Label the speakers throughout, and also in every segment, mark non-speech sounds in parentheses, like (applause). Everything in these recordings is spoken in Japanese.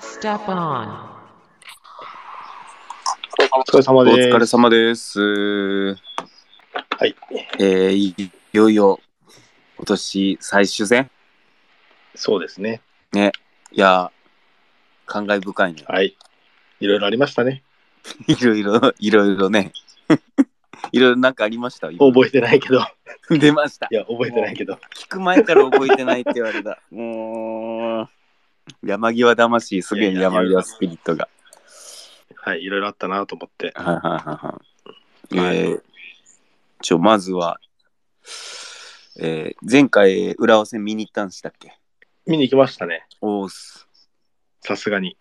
Speaker 1: Step on.
Speaker 2: お疲れ様
Speaker 3: お
Speaker 2: です。。
Speaker 3: 疲れ様です。はいえー、いよいよ今年最終戦
Speaker 2: そうですね。
Speaker 3: いやー、感慨深いね。
Speaker 2: はい。いろいろありましたね。
Speaker 3: いろいろ、いろいろね。 (laughs) いろいろなんかありました。今
Speaker 2: 覚えてないけど。 (laughs)
Speaker 3: 出ました
Speaker 2: い。や、覚えてないけど。
Speaker 3: 聞く前から覚えてないって言われた。もう、山際魂、すげえ
Speaker 2: いやいや
Speaker 3: 山際スピリットが。
Speaker 2: はい。いろいろあったなと思って。
Speaker 3: はいはいはい
Speaker 2: は
Speaker 3: はいい。えー、ちょ、まずは、えー、前回、浦和戦見に行ったんでしたっけ
Speaker 2: 見に行きましたね。
Speaker 3: おーす。
Speaker 2: さすがに。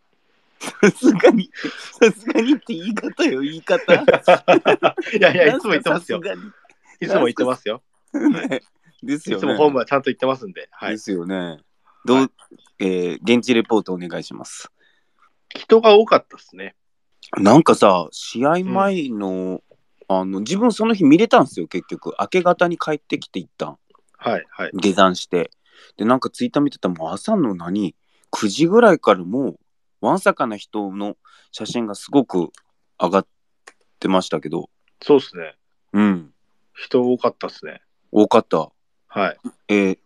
Speaker 2: (laughs)
Speaker 3: さすがに、さすがにって言い方よ、言い方。い
Speaker 2: いやいや、いつも言ってますよ。。いつも言ってますよ。
Speaker 3: ねです
Speaker 2: い
Speaker 3: よ
Speaker 2: つ
Speaker 3: ね。
Speaker 2: も本部はちゃんと言ってますんで。はい
Speaker 3: で。すよね。どう、
Speaker 2: はい
Speaker 3: えー現地レポートお願いします。
Speaker 2: 人が多かったですね。
Speaker 3: なんかさ、試合前の、あの、自分その日見れたんですよ、結局。明け方に帰ってきて一旦、
Speaker 2: はい。はい。
Speaker 3: 下山して。で、なんかツイッター見てたらもう朝の何、9時ぐらいからもう、わんさかな人の写真がすごく上がってましたけど、
Speaker 2: そうですね。
Speaker 3: うん、
Speaker 2: 人多かったですね。
Speaker 3: 多かった。
Speaker 2: はい。
Speaker 3: えー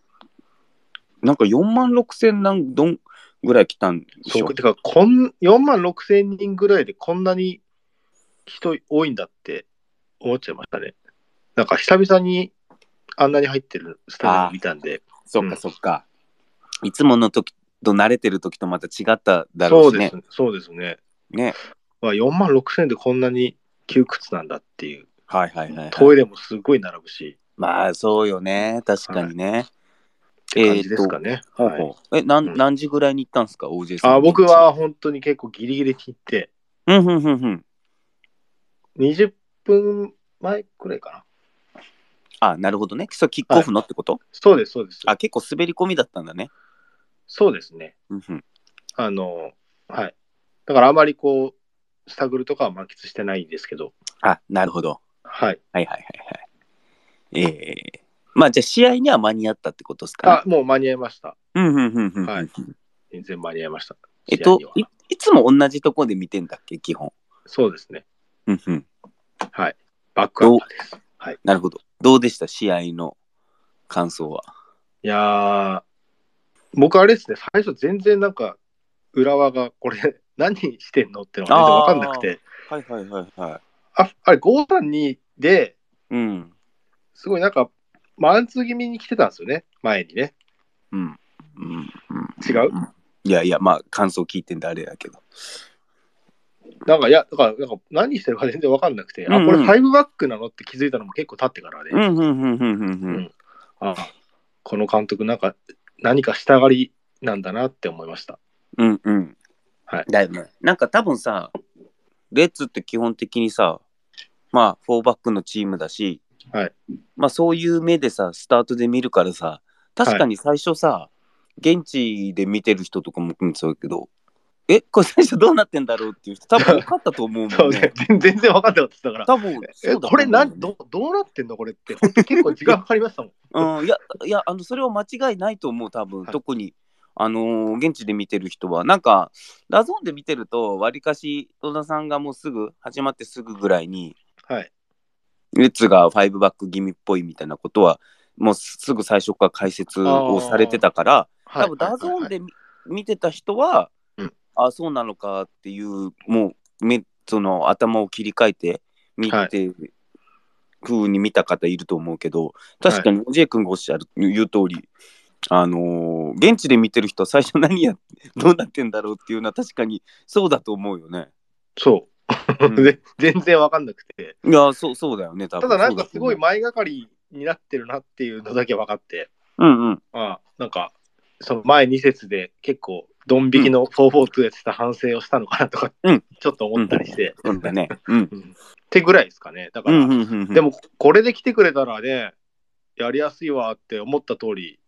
Speaker 3: なんか4万6千何どんぐらい来たんでし
Speaker 2: そ
Speaker 3: ょ
Speaker 2: う。てか、こん、4万6千人ぐらいでこんなに人多いんだって思っちゃいましたね。なんか久々にあんなに入ってるスタジオ見たんで。
Speaker 3: そっかそっか。いつもの時と慣れてる時とまた違っただ
Speaker 2: そう
Speaker 3: ろ
Speaker 2: う
Speaker 3: し
Speaker 2: で
Speaker 3: ね
Speaker 2: す。ね。そうですね。
Speaker 3: ね。
Speaker 2: まあ、4万6千でこんなに窮屈なんだっていう。
Speaker 3: はいはいはい、
Speaker 2: トイレもすごい並ぶし、
Speaker 3: まあそうよね。確かにね。
Speaker 2: って感じですかね。
Speaker 3: ほう
Speaker 2: はい
Speaker 3: ほうえ、なん、
Speaker 2: うん
Speaker 3: 何時ぐらいに行ったんですか ?OJ さん。
Speaker 2: あ僕。は本当に結構ギリギリに行って、
Speaker 3: うんうんうんうん。
Speaker 2: 20分前くらいかな。
Speaker 3: あ、なるほどね。そう、キックオフのってこと、
Speaker 2: そうです、そうです。
Speaker 3: あ、結構滑り込みだったんだね。
Speaker 2: そうですね。
Speaker 3: うんうん。
Speaker 2: あの、はい。だからあまりこう、スタグルとかは満喫してないんですけど、
Speaker 3: あ、なるほど。
Speaker 2: はい。
Speaker 3: はいはいはいはい。ええまあじゃあ試合には間に合ったってことですか
Speaker 2: あ、
Speaker 3: ね
Speaker 2: もう間に合いました。
Speaker 3: うんうんうんうんうん。
Speaker 2: はい全然間に合いました。
Speaker 3: えっ
Speaker 2: 試合
Speaker 3: と、
Speaker 2: にはい
Speaker 3: いつも同じとこで見てんだっけ、基本。
Speaker 2: そうですね。
Speaker 3: うんうん。
Speaker 2: はい。バックアッパーです。
Speaker 3: なるほど。どうでした、試合の感想は。
Speaker 2: いやー、僕あれですね、最初全然なんか、浦和がこれ、 (laughs) 何してんのってのが全然わかんなくて、
Speaker 3: はいはいはいはい。
Speaker 2: ああれ、532で、
Speaker 3: うん。
Speaker 2: すごいなんか、マンツー気味に来てたんですよね、前にね。
Speaker 3: うん。うん、
Speaker 2: 違う
Speaker 3: うんいやいや、まあ、感想聞いてんだ、あれだけど。
Speaker 2: なんか、いや、だから、なんか何してるか全然わかんなくて、
Speaker 3: うんうん
Speaker 2: あ、これ、ファイブバックなのって気づいたのも結構経ってからで、
Speaker 3: うん、うん、うん、うん、うん。
Speaker 2: あこの監督、なんか、何かしたがりなんだなって思いました。
Speaker 3: うん、うん。
Speaker 2: はい
Speaker 3: だよね。なんか多分さ、レッツって基本的にさ、まあ、フォーバックのチームだし、
Speaker 2: はい
Speaker 3: まあ、そういう目でさ、スタートで見るからさ、確かに最初さ、現地で見てる人とかも含めてそうだけど、え、これ最初どうなってんだろうっていう人、多分多かったと思う
Speaker 2: (laughs)
Speaker 3: も
Speaker 2: そ
Speaker 3: ん
Speaker 2: う
Speaker 3: ね
Speaker 2: ね。、全全然わかんなかったですだから。
Speaker 3: 多分
Speaker 2: え、
Speaker 3: そうだと思う
Speaker 2: これなん、ど、どうなってんのこれって、本当に結構時間かかりま
Speaker 3: (laughs)
Speaker 2: したもん。
Speaker 3: うん、いや、いや、あの、それは間違いないと思う、多分、
Speaker 2: はい
Speaker 3: 特に。あのー現地で見てる人はなんかラゾーンで見てるとわりかし戸田さんがもうすぐ始まってすぐぐらいに
Speaker 2: はい。
Speaker 3: レッツが5バック気味っぽいみたいなことはもうすぐ最初から解説をされてたから
Speaker 2: はい
Speaker 3: 多分ダゾーンで、
Speaker 2: はいはいはい
Speaker 3: み見てた人は、
Speaker 2: うん
Speaker 3: あそうなのかっていうもう目その頭を切り替えて見
Speaker 2: は
Speaker 3: て、風に見た方いると思うけど確かに J 君がおっしゃる言う通り、あのー現地で見てる人は最初何やどうなってんだろうっていうのは確かにそうだと思うよね。
Speaker 2: そうう。
Speaker 3: ん
Speaker 2: (laughs) で全然わかんなくて。
Speaker 3: いやそうそうだよね多
Speaker 2: た
Speaker 3: 分
Speaker 2: だなんかすごい
Speaker 3: そう
Speaker 2: 前がかりになってるなっていうのだけ分かって、
Speaker 3: だと思ううんうん
Speaker 2: ああなんか、その前2節で結構、ドン引きの442やってた反省をしたのかなとか、
Speaker 3: うん
Speaker 2: ちょっと思ったりして、
Speaker 3: そうだね。うん。
Speaker 2: うんってぐらいですかね。だか
Speaker 3: う
Speaker 2: ら、
Speaker 3: んうんうんうん
Speaker 2: でもこれで来てくれたらね、やりやすいわって思った通り、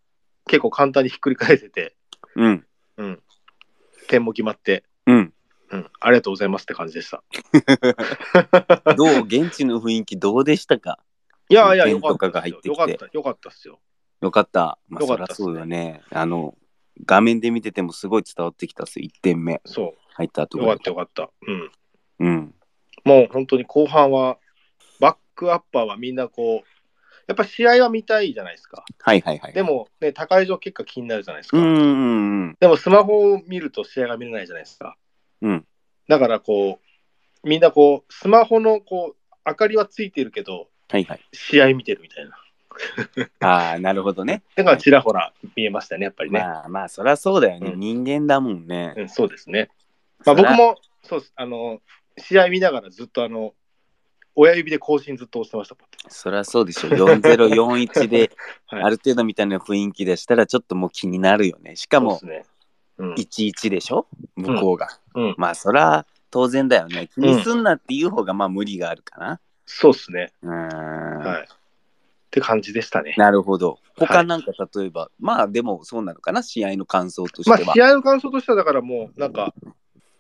Speaker 2: 結構簡単にひっくり返せて、
Speaker 3: うん
Speaker 2: うん、点も決まって、
Speaker 3: うん。
Speaker 2: うん、ありがとうございますって感じで
Speaker 3: (laughs)
Speaker 2: した。
Speaker 3: どう現地の雰囲気どうでしたか。
Speaker 2: いやいや、
Speaker 3: 点
Speaker 2: よか
Speaker 3: と
Speaker 2: った
Speaker 3: かが
Speaker 2: で
Speaker 3: 入
Speaker 2: す
Speaker 3: っ
Speaker 2: よよ
Speaker 3: てき。て
Speaker 2: かった、よかったですよ。
Speaker 3: よかった。まあ、
Speaker 2: よか
Speaker 3: そ
Speaker 2: っ
Speaker 3: り
Speaker 2: た
Speaker 3: ゃ
Speaker 2: っすね
Speaker 3: そうよね。あの、画面で見ててもすごい伝わってきたっす。1点目
Speaker 2: そ
Speaker 3: 入った
Speaker 2: う。
Speaker 3: 後
Speaker 2: よかったよかった。うん。
Speaker 3: うん。
Speaker 2: もう本当に後半は、バックアッパーはみんなこう、やっぱ試合は見たいじゃないですか。
Speaker 3: はいはいはい。
Speaker 2: でも、ね、他会場結果気になるじゃないですか。
Speaker 3: うんうんうん。
Speaker 2: でも、スマホを見ると試合が見れないじゃないですか。
Speaker 3: うん。
Speaker 2: だからこう、みんなこう、スマホのこう、明かりはついてるけど、
Speaker 3: はいはい。
Speaker 2: 試合見てるみたいな。
Speaker 3: ああ、なるほどね。
Speaker 2: だからちらほら見えましたね、やっぱりね。
Speaker 3: まあまあ、そりゃそうだよね。
Speaker 2: うん
Speaker 3: 人間だもんね。
Speaker 2: うん、そうですね。まあ、
Speaker 3: そら
Speaker 2: 僕。も、そうです。あの、試合見ながらずっとあの、親指で更新ずっと押してましたもん。
Speaker 3: そりゃそうでしょ。4041で、
Speaker 2: (laughs) はい
Speaker 3: ある程度みたいな雰囲気でしたら、ちょっともう気になるよね。しかも
Speaker 2: そ、うですね。うん、
Speaker 3: 11でしょ向こうが。
Speaker 2: うんうん
Speaker 3: まあ、そりゃ当然だよね。気にすんなっていう方が、まあ無理があるかな。
Speaker 2: そうですね。
Speaker 3: うーん。
Speaker 2: はい。って感じでしたね。
Speaker 3: なるほど。
Speaker 2: はい
Speaker 3: 他なんか例えば、まあでもそうなのかな、試合の感想と
Speaker 2: ま
Speaker 3: し
Speaker 2: あ、
Speaker 3: ては。
Speaker 2: 試合の感想としては、だからもう、なんか、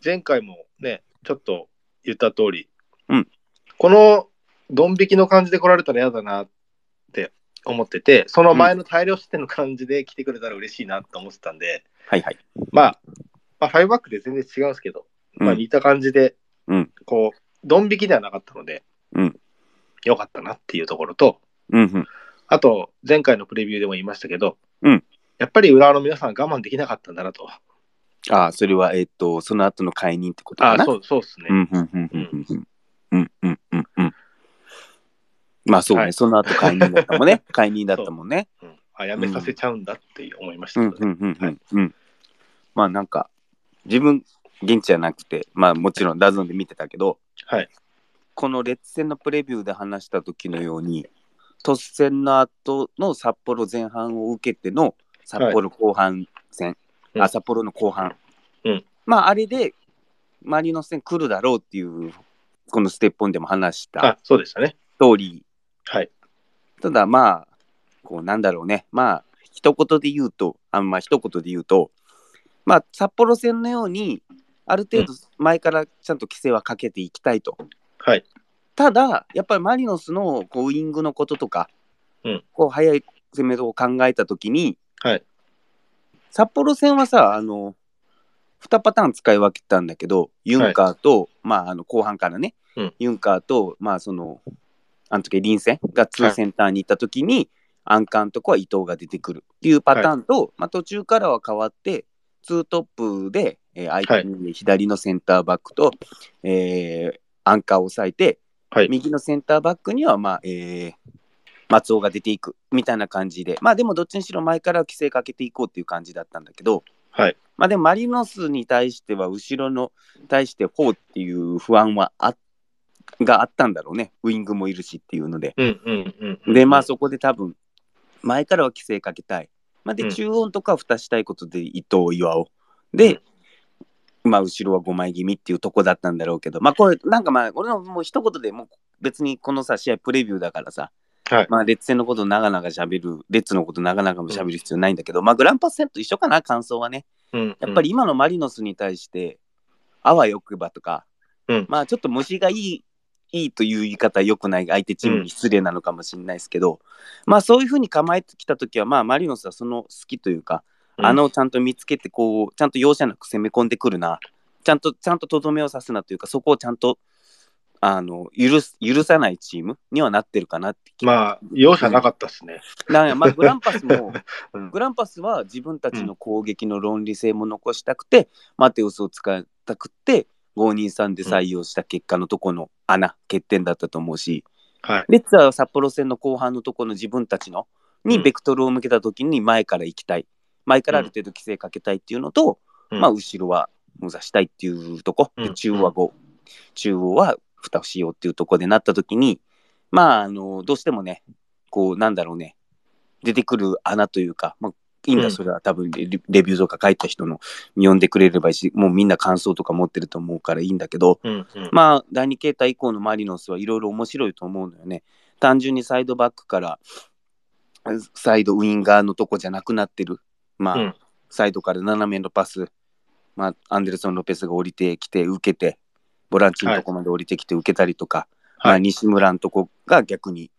Speaker 2: 前回もね、ちょっと言った通り、
Speaker 3: うん
Speaker 2: このドン引きの感じで来られたら嫌だなって思ってて、その前の大量失点の感じで来てくれたら嬉しいなと思ってたんで、
Speaker 3: はいはい。
Speaker 2: まあ、まあ、ファイブバックで全然違うんですけど、まあ、
Speaker 3: うん
Speaker 2: 似た感じで、
Speaker 3: うん
Speaker 2: こう、ドン引きではなかったので、
Speaker 3: うん
Speaker 2: よかったなっていうところと、
Speaker 3: うんうん。
Speaker 2: あと、前回のプレビューでも言いましたけど、
Speaker 3: うん
Speaker 2: やっぱり浦和の皆さん我慢できなかったんだなと。
Speaker 3: ああ、それは、えっと、その後の解任ってことか
Speaker 2: あ
Speaker 3: な。
Speaker 2: そうそうですね、
Speaker 3: うんうんうんうんうんうんうんうんうん。まあそうね、
Speaker 2: はい
Speaker 3: その後解任だったもん
Speaker 2: (laughs)
Speaker 3: ね。解任だったもんね。
Speaker 2: うんあ。やめさせちゃうんだって思いまし
Speaker 3: う
Speaker 2: た
Speaker 3: ん
Speaker 2: け
Speaker 3: う
Speaker 2: ど
Speaker 3: ん
Speaker 2: ね。
Speaker 3: うんうんうん。まあなんか、自分、現地じゃなくて、まあもちろんダゾンで見てたけど、
Speaker 2: はい。
Speaker 3: このレッツ戦のプレビューで話した時のように、突戦の後の札幌前半を受けての札幌後半戦、
Speaker 2: うん
Speaker 3: あ札幌の後半、
Speaker 2: うん
Speaker 3: まああれでマリノス戦来るだろうっていうこのステップオンでも話した
Speaker 2: あ、そうでしたね。
Speaker 3: 通り、
Speaker 2: はい。
Speaker 3: ただまあこうなんだろうねまあ一言で言うとあんまあ一言で言うとまあ札幌戦のようにある程度前からちゃんと規制はかけていきたいと。
Speaker 2: はい。
Speaker 3: ただ、やっぱりマリノスのこうウイングのこととか、
Speaker 2: うん
Speaker 3: こう早い攻めを考えたときに、
Speaker 2: はい
Speaker 3: 札幌戦はさあの、2パターン使い分けたんだけど、ユンカーと、まあ、あの後半からね、
Speaker 2: うん
Speaker 3: ユンカーと、まあ、その、あの時臨戦が2センターに行ったときに、アンカーのとこは伊藤が出てくるっていうパターンと、まあ、途中からは変わって、ツートップで、えー相手に左のセンターバックと、えーアンカーを抑えて、
Speaker 2: はい。
Speaker 3: 右のセンターバックには、まあえー松尾が出ていくみたいな感じで、まあ、でもどっちにしろ前から規制かけていこうっていう感じだったんだけど、
Speaker 2: はい。
Speaker 3: まあ、でもマリノスに対しては後ろの対してフォーっていう不安はあがあったんだろうねウイングもいるしっていうので
Speaker 2: うんうんうんうん。
Speaker 3: でまあそこで多分前からは規制かけたい、まあ、
Speaker 2: う
Speaker 3: で
Speaker 2: ん
Speaker 3: 中音とかは蓋したいことで伊藤岩尾で、まあ後ろは5枚気味っていうとこだったんだろうけどまあこれなんかまあ俺のもう一言でもう別にこのさ試合プレビューだからさ、
Speaker 2: はい
Speaker 3: まあレッツ戦のこと長々喋るレッツのこと長々も喋る必要ないんだけど、まあグランパス戦と一緒かな感想はね
Speaker 2: うん、
Speaker 3: やっぱり今のマリノスに対して、あわよくばとか、
Speaker 2: うん
Speaker 3: まあちょっと虫がいい、いいという言い方は良くない、相手チームに失礼なのかもしれないですけど、まあそういうふうに構えてきたときは、まあマリノスはその好きというか、
Speaker 2: うん
Speaker 3: あのちゃんと見つけて、こう、ちゃんと容赦なく攻め込んでくるな、ちゃんと、ちゃんととどめを刺すなというか、そこをちゃんと、あの許す許さないチームにはなってるかなって気が
Speaker 2: まあ、容赦なかったですね。
Speaker 3: なんや
Speaker 2: (laughs)
Speaker 3: まあ、グランパスも
Speaker 2: うん
Speaker 3: グランパスは自分たちの攻撃の論理性も残したくて、マテウスを使いたくて523で採用した結果のとこの穴、欠点だったと思うし
Speaker 2: はい。
Speaker 3: レッツは札幌戦の後半のとこの自分たちのに
Speaker 2: うん
Speaker 3: ベクトルを向けた時に前から行きたい前からある程度規制かけたいっていうのと、
Speaker 2: うん
Speaker 3: まあ、後ろは目指したいっていうとこ、
Speaker 2: うん
Speaker 3: で中央は5、中央は蓋をしようっていうとこでなった時にまああのどうしてもねこうなんだろうね出てくる穴というか、まあ、いいんだ
Speaker 2: うん
Speaker 3: それは多分レ,、レビューとか書いた人の読んでくれればいいしもうみんな感想とか持ってると思うからいいんだけど、
Speaker 2: うんうん。
Speaker 3: まあ、第2形態以降のマリノスはいろいろ面白いと思うのよね。単純にサイドバックからサイドウインガーのとこじゃなくなってる。まあ、
Speaker 2: うん
Speaker 3: サイドから斜めのパス、まあ、アンデルソン・ロペスが降りてきて受けて、ボランチのとこまで降りてきて受けたりとか、
Speaker 2: はい
Speaker 3: まあ、西村のとこが逆に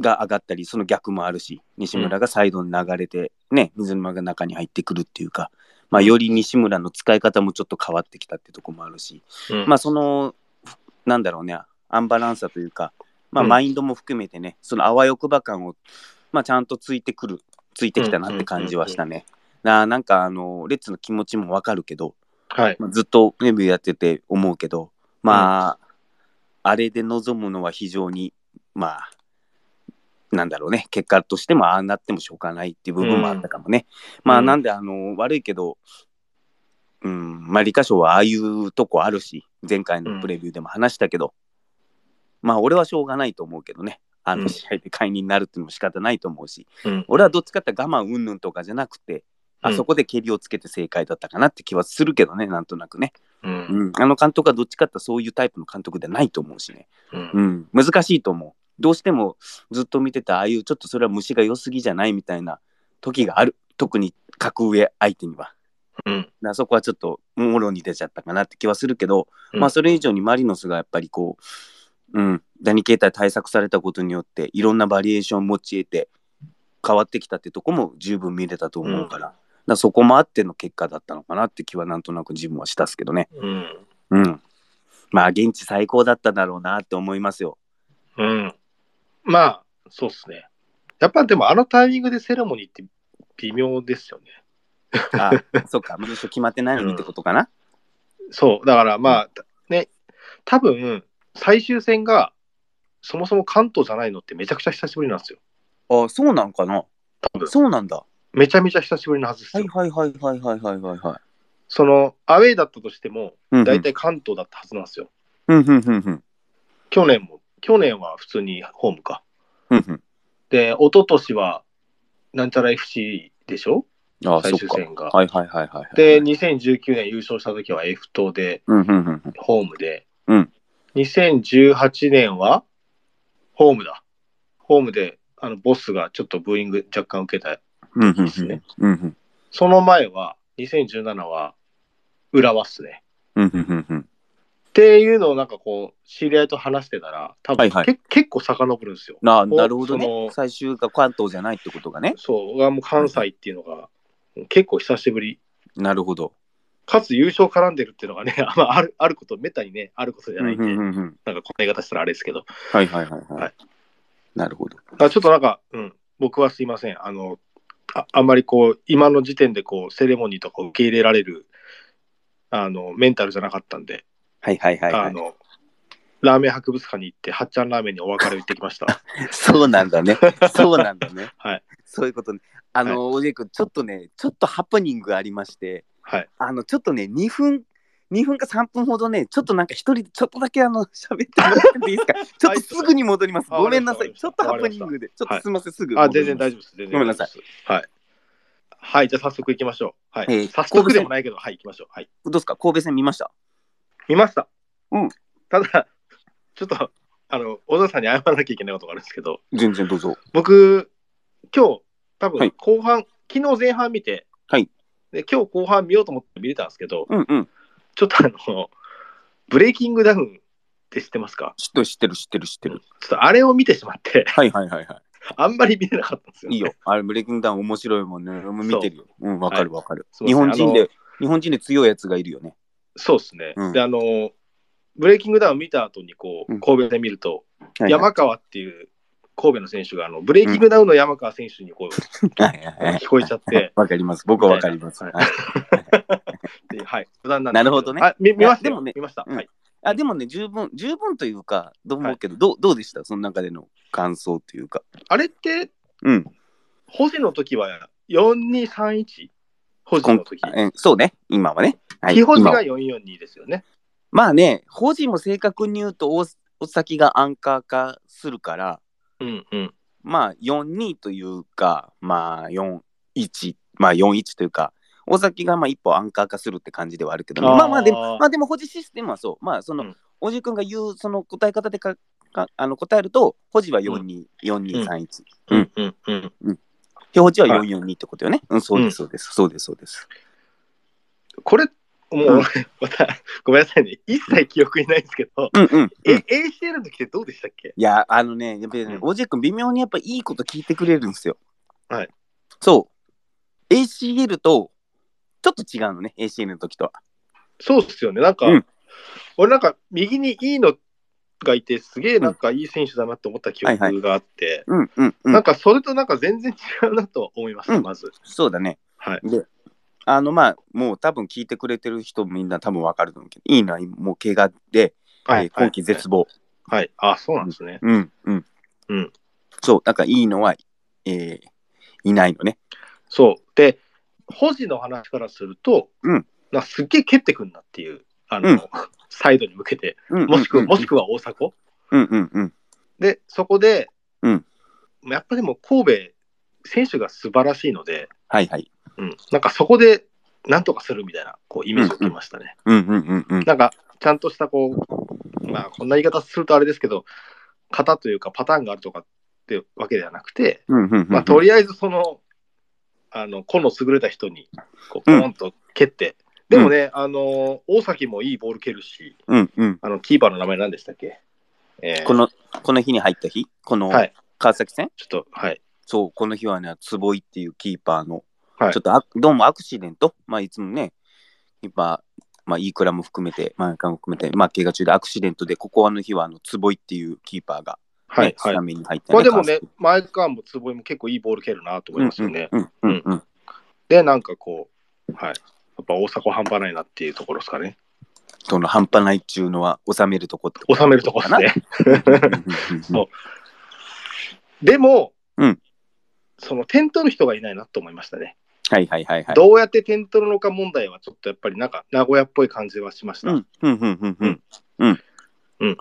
Speaker 3: が上がったり、その逆もあるし、西村がサイドに流れて、ね、水沼が中に入ってくるっていうか、まあ、より西村の使い方もちょっと変わってきたってとこもあるし、
Speaker 2: うん
Speaker 3: まあ、その、なんだろうね、アンバランスさというか、まあ、
Speaker 2: うん
Speaker 3: マインドも含めてね、そのあわよくば感を、まあ、ちゃんとついてくる、ついてきたなって感じはしたね。ななんか、あの、レッツの気持ちもわかるけど、
Speaker 2: はい。
Speaker 3: まあずっとレビューやってて思うけど、まあ、あれで望むのは非常に、まあ、なんだろうね、結果としてもああなってもしょうがないっていう部分もあったかもね。まあ、
Speaker 2: うん
Speaker 3: なんで、あの、悪いけど、うん、まあ、理科賞はああいうとこあるし、前回のプレビューでも話したけど、まあ、俺はしょうがないと思うけどね、あ
Speaker 2: う
Speaker 3: の
Speaker 2: ん
Speaker 3: 試合で解任になるっていうのも仕方ないと思うし、
Speaker 2: うん
Speaker 3: 俺はどっちかって我慢云々とかじゃなくて、あ
Speaker 2: うん
Speaker 3: そこで蹴りをつけて正解だったかなって気はするけどね、なんとなくね。
Speaker 2: うん。
Speaker 3: うん、あの監督はどっちかってそういうタイプの監督ではないと思うしね、
Speaker 2: うん
Speaker 3: うん、難しいと思うどうしてもずっと見てたああいうちょっとそれは虫が良すぎじゃないみたいな時がある特に格上相手には
Speaker 2: うん。
Speaker 3: だからそこはちょっともろに出ちゃったかなって気はするけど、
Speaker 2: うん
Speaker 3: まあそれ以上にマリノスがやっぱりこう、うん、ダニ形態対策されたことによっていろんなバリエーションを持ち得て変わってきたってとこも十分見れたと思うから,、だからそこもあっての結果だったのかなって気はなんとなく自分はしたっすけどね。
Speaker 2: うん。
Speaker 3: うん。まあ、現地最高だっただろうなって思いますよ。
Speaker 2: うん。まあ、そうっすね。やっぱでもあのタイミングでセレモニーって微妙ですよね。 (laughs)
Speaker 3: あ、そっか、まだ決まってないのにってことかな。
Speaker 2: そう。だからまあ、ね、多分、最終戦が、そもそも関東じゃないのってめちゃくちゃ久しぶりなんですよ。
Speaker 3: あ、そうなんかな。
Speaker 2: 多分。
Speaker 3: そうなんだ。は
Speaker 2: めちゃめちゃ久しぶりのはずですよ。
Speaker 3: いはいはいはいはいはいはいはい。
Speaker 2: その、アウェイだったとしても、
Speaker 3: うんうん
Speaker 2: 大体関東だったはずなんですよ。
Speaker 3: うんうんうんうん
Speaker 2: 去年も、去年は普通にホームか。
Speaker 3: うんうん。
Speaker 2: で、一昨年は、なんちゃら FC でしょ
Speaker 3: あ、
Speaker 2: 最
Speaker 3: そ
Speaker 2: 終
Speaker 3: っか。
Speaker 2: 戦が。
Speaker 3: はいはいはいはいはい。
Speaker 2: で、2019年優勝した時は F 党で、
Speaker 3: うんうんうんうん。
Speaker 2: ホームで。
Speaker 3: うん
Speaker 2: 2018年は、ホームだ。ホームで、あの、ボスがちょっとブーイング若干受けた。
Speaker 3: うんうんうん
Speaker 2: ですね
Speaker 3: うんうん
Speaker 2: その前は、2017は、浦和っすね。
Speaker 3: うんうんうんうん。
Speaker 2: っていうのをなんかこう、知り合いと話してたら、多分、
Speaker 3: はいはい
Speaker 2: け結構遡るんですよ。
Speaker 3: なあ、なるほど
Speaker 2: そ
Speaker 3: ね
Speaker 2: の。
Speaker 3: 最終が関東じゃないってことがね。
Speaker 2: そう、俺はもう関西っていうのが、結構久しぶり。
Speaker 3: なるほど。
Speaker 2: かつ優勝絡んでるっていうのがね、 (laughs) あまああるあること、めったにね、あることじゃ
Speaker 3: うん
Speaker 2: な
Speaker 3: う
Speaker 2: いん
Speaker 3: ん
Speaker 2: で、
Speaker 3: うんうん。
Speaker 2: なんかこんな言い方したらあれですけど、
Speaker 3: はいはいはいは
Speaker 2: はい
Speaker 3: い。なるほど。
Speaker 2: あちょっとなんか、うん、僕はすいません、あの、ああんまりこう、今の時点でこう、セレモニーとかを受け入れられる、あの、メンタルじゃなかったんで、
Speaker 3: はいはいはいは
Speaker 2: あ
Speaker 3: い。
Speaker 2: の、ラーメン博物館に行って、はっちゃんラーメンにお別れを行ってきま
Speaker 3: (laughs)
Speaker 2: した。
Speaker 3: そうなん
Speaker 2: (laughs)
Speaker 3: だね。そうなんだね。
Speaker 2: はい。
Speaker 3: そういうことね。あの、おじいくん、ちょっとね、ちょっとハプニングがありまして、
Speaker 2: はい。
Speaker 3: あの、ちょっとね、2分、2分か3分ほどね、ちょっとなんか一人、ちょっとだけあの、 (laughs) 喋ってもらってもいいですかちょっとすぐに戻ります。
Speaker 2: はい
Speaker 3: ごめんな
Speaker 2: わ
Speaker 3: さ
Speaker 2: かり
Speaker 3: い。
Speaker 2: まし
Speaker 3: ちょ
Speaker 2: た
Speaker 3: っとハプニングで、ちょっとすみません、すぐ。
Speaker 2: あ、全然大丈夫です。全然
Speaker 3: ごめんなさ
Speaker 2: 大
Speaker 3: い
Speaker 2: 丈夫です。はい。はい、じゃあ早速行きましょう。はい。
Speaker 3: えー
Speaker 2: 早速でもないけど、はい、行きましょう。はい。
Speaker 3: 夫。どうですか神戸戦見ました
Speaker 2: 見ました。
Speaker 3: うん。
Speaker 2: ただ、ちょっと、あの、小田さんに謝らなきゃいけないことがあるんですけど、
Speaker 3: 全然どうぞ。
Speaker 2: 僕、今日、多
Speaker 3: は
Speaker 2: 分
Speaker 3: い
Speaker 2: 後半、昨日前半見て、
Speaker 3: はい
Speaker 2: で、今日後半見ようと思って見れたんですけど、
Speaker 3: うんうん。
Speaker 2: ちょっとあの、ブレイキングダウンって知ってますか
Speaker 3: 知ってる、知ってる、知ってる、知ってる。
Speaker 2: ちょっとあれを見てしまって、 (laughs)
Speaker 3: はいはいはいは
Speaker 2: あんまり見れなかったんですよ、
Speaker 3: い。いいよ。あれ、ブレイキングダウン面白いもんね。俺も見てるよ。うん、わかるわかる。
Speaker 2: すいま
Speaker 3: 日
Speaker 2: せん
Speaker 3: 本人
Speaker 2: あ
Speaker 3: で
Speaker 2: の、
Speaker 3: 日本人で強いやつがいるよね。
Speaker 2: そうですね。
Speaker 3: うん
Speaker 2: で、あの、ブレイキングダウン見た後に、こ
Speaker 3: うん
Speaker 2: う、神戸で見ると、
Speaker 3: はいはい
Speaker 2: 山川っていう神戸の選手が、あの、ブレイキングダウンの山川選手にこう、
Speaker 3: はい (laughs) はいはい
Speaker 2: 聞こえちゃって、
Speaker 3: わかります。僕はわかります。
Speaker 2: み
Speaker 3: はい
Speaker 2: ではい、無駄にな
Speaker 3: (laughs) なるほどね
Speaker 2: あ、見見ました
Speaker 3: いやでも
Speaker 2: よ
Speaker 3: ね
Speaker 2: 見ました。
Speaker 3: うん
Speaker 2: はい。
Speaker 3: あでもね、十分、十分というか、どう思うけど、どうどうでしたその中での感想というか。
Speaker 2: あれって、
Speaker 3: うん。
Speaker 2: 星の時は4231星の時。
Speaker 3: えそうね、今はね。はい、
Speaker 2: 基本
Speaker 3: 今
Speaker 2: が
Speaker 3: は
Speaker 2: 442ですよね。
Speaker 3: まあね、保持も正確に言うと、大大崎がアンカー化するから、
Speaker 2: うんうん。
Speaker 3: まあ、4-2というか、まあ、4-1、まあ、4-1というか、大崎がまあ一歩アンカー化するって感じではあるけどね、
Speaker 2: あー
Speaker 3: まあまあでも、まあでも、保持システムはそう、まあ、その、
Speaker 2: うん
Speaker 3: おじくんが言う、その答え方でか、かあの答えると、保持は4-2、4-2-3-1。
Speaker 2: うんうんうん。
Speaker 3: 表示は
Speaker 2: は
Speaker 3: 442ってことよね。うん、そうです、そうです、そうです、そうです。
Speaker 2: これ、もう、また、ごめんなさいね。一切記憶にないんですけど、
Speaker 3: うんうん。
Speaker 2: え、
Speaker 3: い
Speaker 2: ACL の時ってどうでしたっけ
Speaker 3: や、あのね、やっぱり
Speaker 2: う
Speaker 3: ね
Speaker 2: ん、
Speaker 3: オジェ君微妙にやっぱいいこと聞いてくれるんですよ。
Speaker 2: はい。
Speaker 3: そう。ACL と、ちょっと違うのね、ACL の時とは。
Speaker 2: そうっすよね。なんか、
Speaker 3: うん
Speaker 2: 俺なんか、右にいいのがいて、すげえなんかいい選手だなって思った記
Speaker 3: はいは
Speaker 2: 憶があって、
Speaker 3: うんうんう
Speaker 2: なん
Speaker 3: ん。
Speaker 2: かそれとなんか全然違うなと思いました、
Speaker 3: うん
Speaker 2: まず。
Speaker 3: そうだね。
Speaker 2: はい。
Speaker 3: あの、まあ、もう多分聞いてくれてる人みんな多分わかると思うけど、いいな、もう怪我で、
Speaker 2: は
Speaker 3: えー
Speaker 2: い。
Speaker 3: 今季絶望。
Speaker 2: はい。はい。あ、そうなんですね。
Speaker 3: うんうん。
Speaker 2: うん。
Speaker 3: そう、だからいいのは、えー、いないのね。
Speaker 2: そう。で、保持の話からすると、
Speaker 3: うん
Speaker 2: なんかすっげえ蹴ってくんなっていう、あの、
Speaker 3: うん
Speaker 2: サイドに向けて、
Speaker 3: うんうんうん
Speaker 2: もしくは、もしくは大迫。
Speaker 3: うんうんうん。
Speaker 2: で、そこで、
Speaker 3: うん
Speaker 2: やっぱでも神戸、選手が素晴らしいので、
Speaker 3: はいはい。
Speaker 2: うん、なんかそこでなんとかするみたいなこうイメージを受けましたね。
Speaker 3: うんうんうんうん。
Speaker 2: なんかちゃんとしたこう、まあ、こんな言い方するとあれですけど、型というかパターンがあるとかってわけではなくて、
Speaker 3: うんうんうん。
Speaker 2: まあ、とりあえずその、あの、個の優れた人に、こう、ポ
Speaker 3: うん
Speaker 2: ンと蹴って、でもね、あの、大崎もいいボール蹴るし、
Speaker 3: うんうん。
Speaker 2: あの、キーパーの名前何でしたっけえー
Speaker 3: この、この日に入った日この
Speaker 2: はい、
Speaker 3: 川崎戦
Speaker 2: ちょっと、はい。
Speaker 3: そう、この日はね、坪井っていうキーパーの、
Speaker 2: はい
Speaker 3: ちょっとあどうもアクシデント、まあ、いつもね、キーパー、まあ、イークラも含めて、マイカも含めて、まあ、怪我中でアクシデントで、ここあの日はあの坪井っていうキーパーが、ね、
Speaker 2: はい、は
Speaker 3: ス
Speaker 2: い
Speaker 3: タ。メンに入った、
Speaker 2: まあでもね、前川も坪井も結構いいボール蹴るなと思いますよね。
Speaker 3: うんうんうんうん。
Speaker 2: で、なんかこう、はい。やっぱ大阪半端ないなっていうところですかね。
Speaker 3: その半端ないっちゅうのは収めるとこって
Speaker 2: 収めるところですね。
Speaker 3: です
Speaker 2: そうでも、
Speaker 3: うん
Speaker 2: その点取る人がいないなと思いましたね。
Speaker 3: はいはいはいはい。
Speaker 2: どうやって点取るのか問題はちょっとやっぱりなんか名古屋っぽい感じはしました。
Speaker 3: うんうんうんうんうん。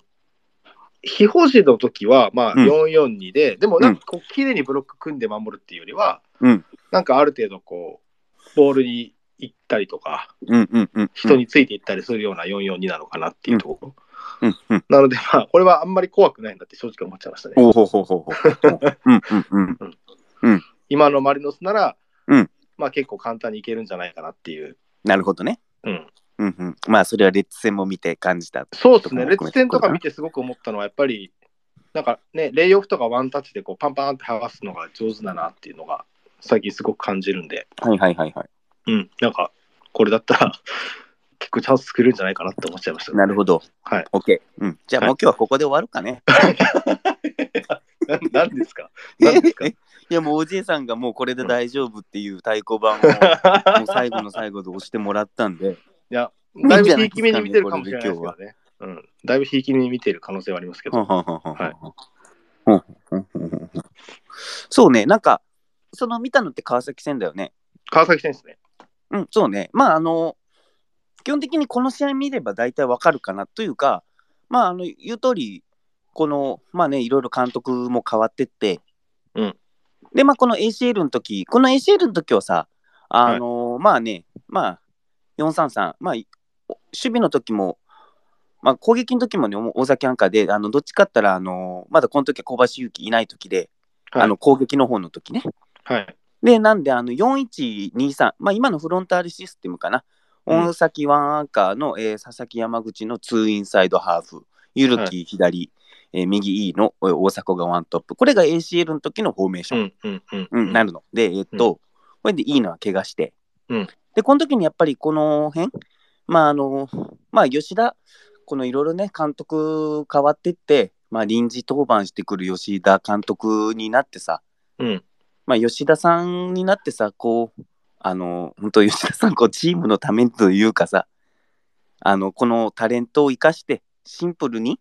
Speaker 2: 非保持の時はまあ
Speaker 3: うん
Speaker 2: 442で、でもなんかこう綺麗にブロック組んで守るっていうよりは、
Speaker 3: うん
Speaker 2: なんかある程度こうボールに行ったりとか
Speaker 3: うんうんうん。
Speaker 2: 人についていったりするような442なのかなっていうところ、
Speaker 3: うんうん。
Speaker 2: なのでまあこれはあんまり怖くないなって正直思っちゃいましたね。
Speaker 3: おうほうほうほう (laughs) ほう。うんうんうん。
Speaker 2: 今のマリノスなら、
Speaker 3: うん
Speaker 2: まあ結構簡単にいけるんじゃないかなっていう。
Speaker 3: なるほどね。
Speaker 2: うん、
Speaker 3: うんうん。まあ、それはレッツ戦も見て感じた。
Speaker 2: そうですね、
Speaker 3: とかも含め
Speaker 2: レ
Speaker 3: て
Speaker 2: ッツ戦とか見てすごく思ったのは、やっぱり、なんかね、レイオフとかワンタッチでこうパンパンって剥がすのが上手だなっていうのが、最近すごく感じるんで、
Speaker 3: はいはいはいはい。
Speaker 2: うん、なんか、これだったら、 (laughs) 結構チャンス作れるんじゃないかなって思っちゃいました、
Speaker 3: なるほ
Speaker 2: ど。
Speaker 3: ど。
Speaker 2: はい。
Speaker 3: オッケー。うん。じゃあもう今日はここで終わるか (laughs) ね。
Speaker 2: な (laughs) なんですかなんですか
Speaker 3: いやもうおじいさんがもうこれで大丈夫っていう太鼓 (laughs) 判を (laughs) もう最後の最後で押してもらったんで。
Speaker 2: だいぶひいき目に見てるかもしれないですけどね。うん、だいぶひいき目に見てる可能性はありますけ
Speaker 3: は
Speaker 2: ど。
Speaker 3: んはんはんはんはんうんうんうんうんうんそうね、なんか、その見たのって川崎戦だよね。
Speaker 2: 川崎選手ね。
Speaker 3: うん、そうね。まあ、あの、基本的にこの試合見れば大体わかるかなというか、まあ、あの、言う通り、この、まあね、いろいろ監督も変わってって、
Speaker 2: うん
Speaker 3: で、まあ、この ACL の時、この ACL の時はさ、あの、まあね、まあ、433、まあ、い守備の時も、まあ、攻撃の時もね、大崎アンカーで、あの、どっちかって言ったら、あの、まだこの時は小橋祐希いない時で、
Speaker 2: はい
Speaker 3: あの、攻撃の方の時ね。
Speaker 2: はい。
Speaker 3: で、なんで、あの、4123、まあ、今のフロンターレシステムかな。
Speaker 2: うん
Speaker 3: 大崎ワンアンカーの、えー佐々木山口のツーインサイドハーフ、ゆる
Speaker 2: は
Speaker 3: き左、えー右 E のえー大迫がワントップ。これが ACL の時のフォーメーシ
Speaker 2: う
Speaker 3: ョン
Speaker 2: んうんうん。
Speaker 3: うん、なるの。で、えーっと、これで E のは怪我して。
Speaker 2: うん
Speaker 3: で、この時にやっぱりこの辺、まあ、あの、まあ、吉田、このいろいろね、監督変わってって、まあ、臨時登板してくる吉田監督になってさ、
Speaker 2: うん。
Speaker 3: まあ、吉田さんになってさ、こう、あの、本当吉田さん、こう、チームのためというかさ、あの、このタレントを生かして、シンプルに、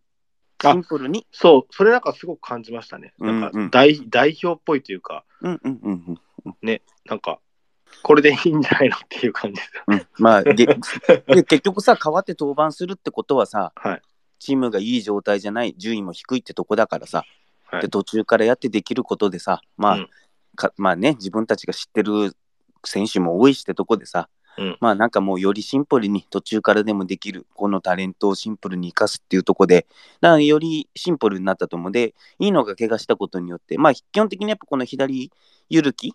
Speaker 2: あ
Speaker 3: シンプルに、
Speaker 2: そう、それなんかすごく感じましたね。なん
Speaker 3: うんう
Speaker 2: か
Speaker 3: ん
Speaker 2: 代,、代表っぽいというか、
Speaker 3: うんうんうんうん。
Speaker 2: なんか、これでいいんじゃないのっていう感じですよ。
Speaker 3: うん、まあ、げで結局さ、変わって登板するってことはさ、
Speaker 2: はい
Speaker 3: チームがいい状態じゃない、順位も低いってとこだからさ、
Speaker 2: はい
Speaker 3: で途中からやってできることでさ、まあ、
Speaker 2: うん
Speaker 3: かまあね、自分たちが知ってる選手も多いしってとこでさ、
Speaker 2: うん
Speaker 3: まあなんかもうよりシンプルに途中からでもできるこのタレントをシンプルに生かすっていうとこでだからよりシンプルになったと思うでいいのが怪我したことによってまあ基本的にやっぱこの左ゆるき、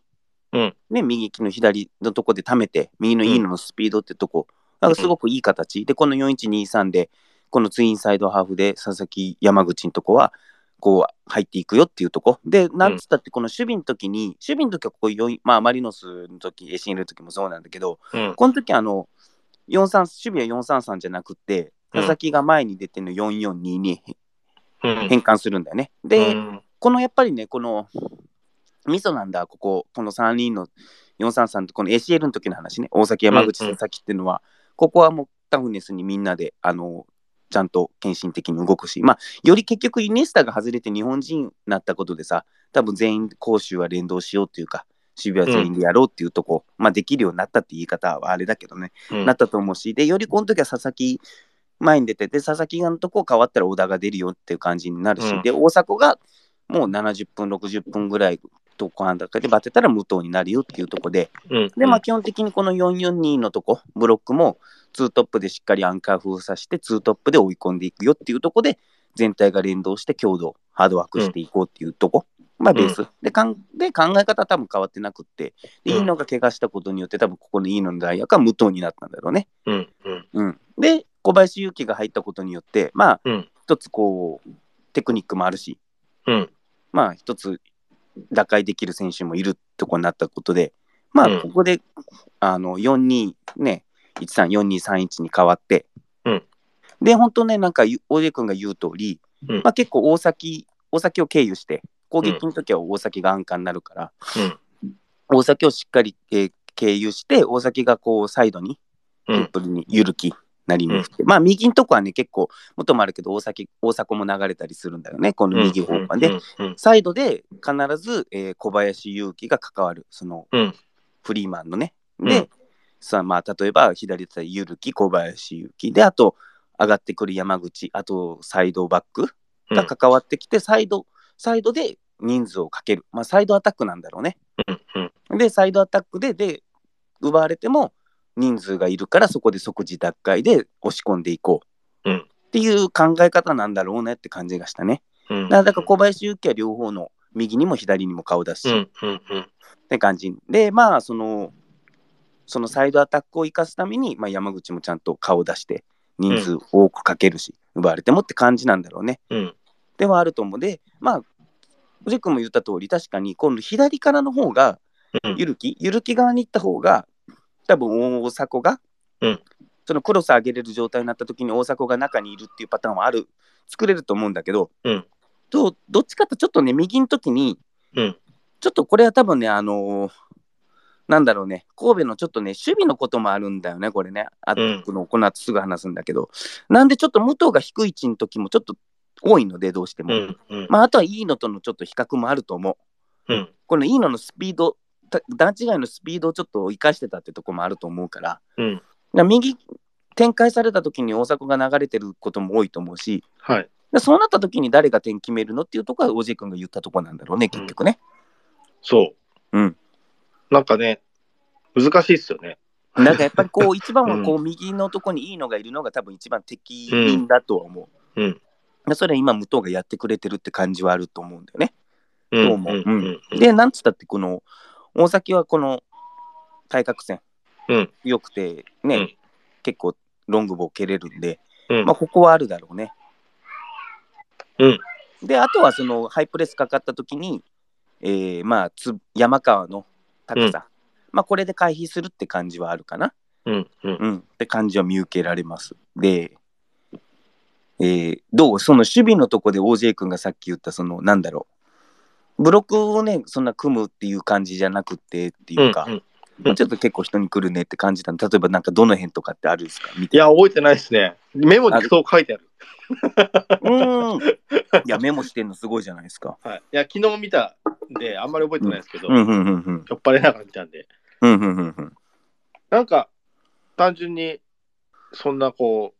Speaker 2: うん
Speaker 3: ね、右利きの左のとこで溜めて右のいいののスピードってとこなんかすごくいい形、でこの4123でこのツインサイドハーフで佐々木山口のとこはこう入っていくよっていうとこでなんつったってこの守備の時に、守備の時はここよいまあマリノスの時エシンルの時もそうなんだけど
Speaker 2: うん。
Speaker 3: この時あの43守備は433じゃなくって
Speaker 2: うん
Speaker 3: 佐々木が前に出ての4422に
Speaker 2: うん。
Speaker 3: 変換するんだよね。で、
Speaker 2: うん
Speaker 3: このやっぱりね、このミソなんだ、ここ、この3人の433とこの ACL の時の話ね、大崎、山口、
Speaker 2: うんうん
Speaker 3: 佐々木っていうのは、ここはもうタフネスにみんなで、あの、ちゃんと献身的に動くし、まあ、より結局、イニエスタが外れて日本人になったことでさ、多分全員、攻守は連動しようというか、守備は全員でやろうっていうとこ、まあ、できるようになったって言い方はあれだけどね、
Speaker 2: うん
Speaker 3: なったと思うし、で、よりこの時は佐々木前に出てて、佐々木のとこ変わったら小田が出るよっていう感じになるし、
Speaker 2: うん
Speaker 3: で、大迫がもう70分、60分ぐらいとこなんだかでバテたら武藤になるよっていうとこで、
Speaker 2: うん
Speaker 3: で、まあ基本的にこの442のとこ、ブロックも2トップでしっかりアンカー封鎖して、2トップで追い込んでいくよっていうとこで、全体が連動して強度、ハードワークしていこうっていうとこ、まあベース、でかん。で、考え方は多分変わってなくって、で、
Speaker 2: うん
Speaker 3: いいのが怪我したことによって、多分ここのいいのの代役は無藤になったんだろうね。
Speaker 2: うん。うん。
Speaker 3: うん、で、小林勇輝が入ったことによって、まあ、
Speaker 2: うん
Speaker 3: 一つこう、テクニックもあるし、
Speaker 2: うん。
Speaker 3: まあ、一つ打開できる選手もいるとこになったことで、ま
Speaker 2: う
Speaker 3: あ、
Speaker 2: ん
Speaker 3: ここで、あの、4-2、ね、134231に変わって、
Speaker 2: うん
Speaker 3: で、本当ね、なんか、ゆ大江君が言う通り、
Speaker 2: うん
Speaker 3: まあ、結構大崎、大崎を経由して、攻撃の時は大崎がアンカーになるから、大崎をしっかり、えー経由して、大崎がこう、サイドに
Speaker 2: う
Speaker 3: シン
Speaker 2: ん。
Speaker 3: プルにゆるきなりにして、まあ右のとこはね結構元もあるけど大崎大迫も流れたりするんだよねこの右方向で、
Speaker 2: うん。うん。
Speaker 3: サイドで必ず、えー小林勇輝が関わるその、
Speaker 2: うん
Speaker 3: フリーマンのね
Speaker 2: う
Speaker 3: で、
Speaker 2: ん
Speaker 3: さあまあ例えば左手ゆるき小林勇輝であと上がってくる山口あとサイドバックが関わってきて、サイドサイドで人数をかける、まあ、サイドアタックなんだろうね
Speaker 2: うんうん
Speaker 3: で、サイドアタックで、で、奪われても人数がいるから、そこで即時奪回で押し込んでいこう。
Speaker 2: うん
Speaker 3: っていう考え方なんだろうねって感じがしたね。
Speaker 2: うん。
Speaker 3: だから小林勇輝は両方の右にも左にも顔出す
Speaker 2: う
Speaker 3: し、っ
Speaker 2: ん。うん。うん。
Speaker 3: て感じ。で、まあ、その、そのサイドアタックを生かすために、まあ、山口もちゃんと顔出して、人数多くかけるし、奪われてもって感じなんだろうね。
Speaker 2: うん。
Speaker 3: ではあると思うで、まあ、藤井君も言った通り、確かに今度左からの方が
Speaker 2: うん、
Speaker 3: ゆるき、ゆるき側に行った方が、多分大迫が、
Speaker 2: うん
Speaker 3: そのクロス上げれる状態になった時に大迫が中にいるっていうパターンはある、作れると思うんだけど、
Speaker 2: うん
Speaker 3: とどっちかとちょっとね、右の時に、
Speaker 2: うん
Speaker 3: ちょっとこれは多分ね、あのーなんだろうね、神戸のちょっとね、守備のこともあるんだよね、これね。あと、
Speaker 2: うん
Speaker 3: このこの後すぐ話すんだけど。なんでちょっと武藤が低い位置の時もちょっと多いので、どうしても。
Speaker 2: うん。うん。
Speaker 3: まあ、あとは飯野とのちょっと比較もあると思う。
Speaker 2: うん。
Speaker 3: この飯野のスピード、た段違いのスピードをちょっと生かしてたってとこもあると思うから、だか
Speaker 2: うん。
Speaker 3: ら右展開された時に大迫が流れてることも多いと思うし、
Speaker 2: はい。
Speaker 3: でそうなった時に誰が点決めるのっていうとこは、おじい君が言ったとこなんだろうね、結局ね。
Speaker 2: そう。
Speaker 3: うん。
Speaker 2: なんかね、難しいっすよね。
Speaker 3: なんかやっぱりこう、一番 (laughs) はこう、右のとこにいいのがいるのが多分一番適任だとは思う。
Speaker 2: うん
Speaker 3: でそれは今、武藤がやってくれてるって感じはあると思うんだよね。
Speaker 2: うん。
Speaker 3: どう思う
Speaker 2: うん。うん。
Speaker 3: で、なんつったって、この、大崎はこの、対角線、
Speaker 2: うん
Speaker 3: 良くて、ね、
Speaker 2: うん
Speaker 3: 結構、ロングボー蹴れるんで、
Speaker 2: うん
Speaker 3: まあ、ここはあるだろうね。
Speaker 2: うん
Speaker 3: で、あとは、その、ハイプレスかかった時に、えーまあつ、山川の高さ、まあ、これで回避するって感じはあるかな。
Speaker 2: うん。うん。
Speaker 3: うん、って感じは見受けられます。で、えーどうその守備のとこで OJ 君がさっき言った、その、なんだろう、ブロックをね、そんな組むっていう感じじゃなくてっていうか、
Speaker 2: うんうん
Speaker 3: まあちょっと結構人に来るねって感じたの、例えばなんかどの辺とかってあるんですか見
Speaker 2: い
Speaker 3: て。
Speaker 2: (laughs) や、覚えてないですね。メモにそう書いてある。
Speaker 3: うーん。いや、メモしてんのすごいじゃないですか。
Speaker 2: はい。いや、昨日見たんで、あんまり覚えてないですけど、
Speaker 3: う
Speaker 2: 酔
Speaker 3: んうんうんうん。
Speaker 2: っ払いながら見たんで。
Speaker 3: うんうんうんうん。
Speaker 2: なんか、単純に、そんなこ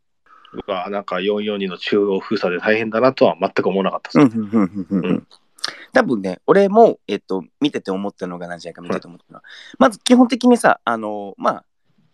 Speaker 2: う、うわなんか442の中央封鎖で大変だなとは全く思わなかったで
Speaker 3: うん
Speaker 2: す。
Speaker 3: うんうんうんう
Speaker 2: うん
Speaker 3: 多分ね、俺も、えっと、見てて思ったのが何じゃないか見てて思ったのは、まず基本的にさ、あのまあ、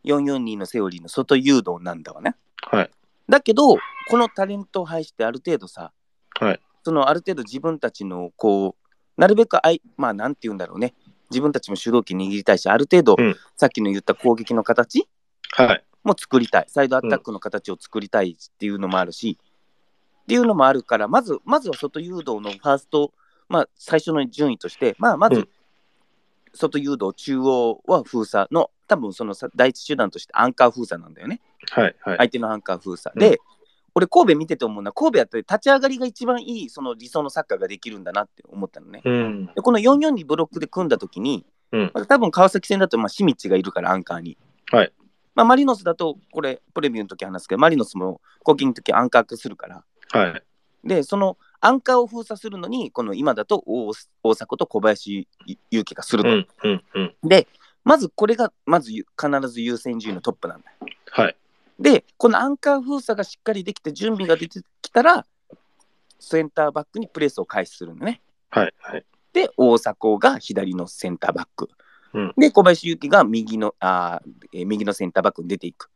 Speaker 3: 442のセオリーの外誘導なんだわね。
Speaker 2: はい。
Speaker 3: だけど、このタレントを配してある程度さ、
Speaker 2: はい
Speaker 3: そのある程度自分たちの、こう、なるべくあい、まあ、なんて言うんだろうね、自分たちも主導権握りたいし、ある程度、
Speaker 2: うん
Speaker 3: さっきの言った攻撃の形
Speaker 2: はい。
Speaker 3: も作りたい。サイドアタックの形を作りたいっていうのもあるし、っていうのもあるから、まず、まずは外誘導のファースト、まあ、最初の順位として、まあ、ま
Speaker 2: う
Speaker 3: ず
Speaker 2: ん、
Speaker 3: 外誘導、中央は封鎖の、多分そのさ第一手段としてアンカー封鎖なんだよね。
Speaker 2: はいはい。
Speaker 3: 相手のアンカー封鎖。
Speaker 2: うん
Speaker 3: で、俺、神戸見てて思うのは、神戸やって立ち上がりが一番いい、その理想のサッカーができるんだなって思ったのね。
Speaker 2: うん。
Speaker 3: でこの4 4にブロックで組んだときに、
Speaker 2: うん
Speaker 3: まあ多分川崎戦だと、まあ、シミッチがいるから、アンカーに。
Speaker 2: はい
Speaker 3: まあ、マリノスだと、これ、プレビューの時話すけど、マリノスも攻撃の時アンカー化するから。
Speaker 2: はい。
Speaker 3: で、そのアンカーを封鎖するのに、この今だと大大迫と小林勇輝がする
Speaker 2: う
Speaker 3: と、
Speaker 2: んうんうん。
Speaker 3: で、まずこれが、まずゆ必ず優先順位のトップなんだ。
Speaker 2: はい。
Speaker 3: で、このアンカー封鎖がしっかりできて、準備が出てきたら、センターバックにプレスを開始するんだね。
Speaker 2: はいはい。
Speaker 3: で、大迫が左のセンターバック。
Speaker 2: うん
Speaker 3: で、小林勇輝が右のあー、えー右のセンターバックに出ていく。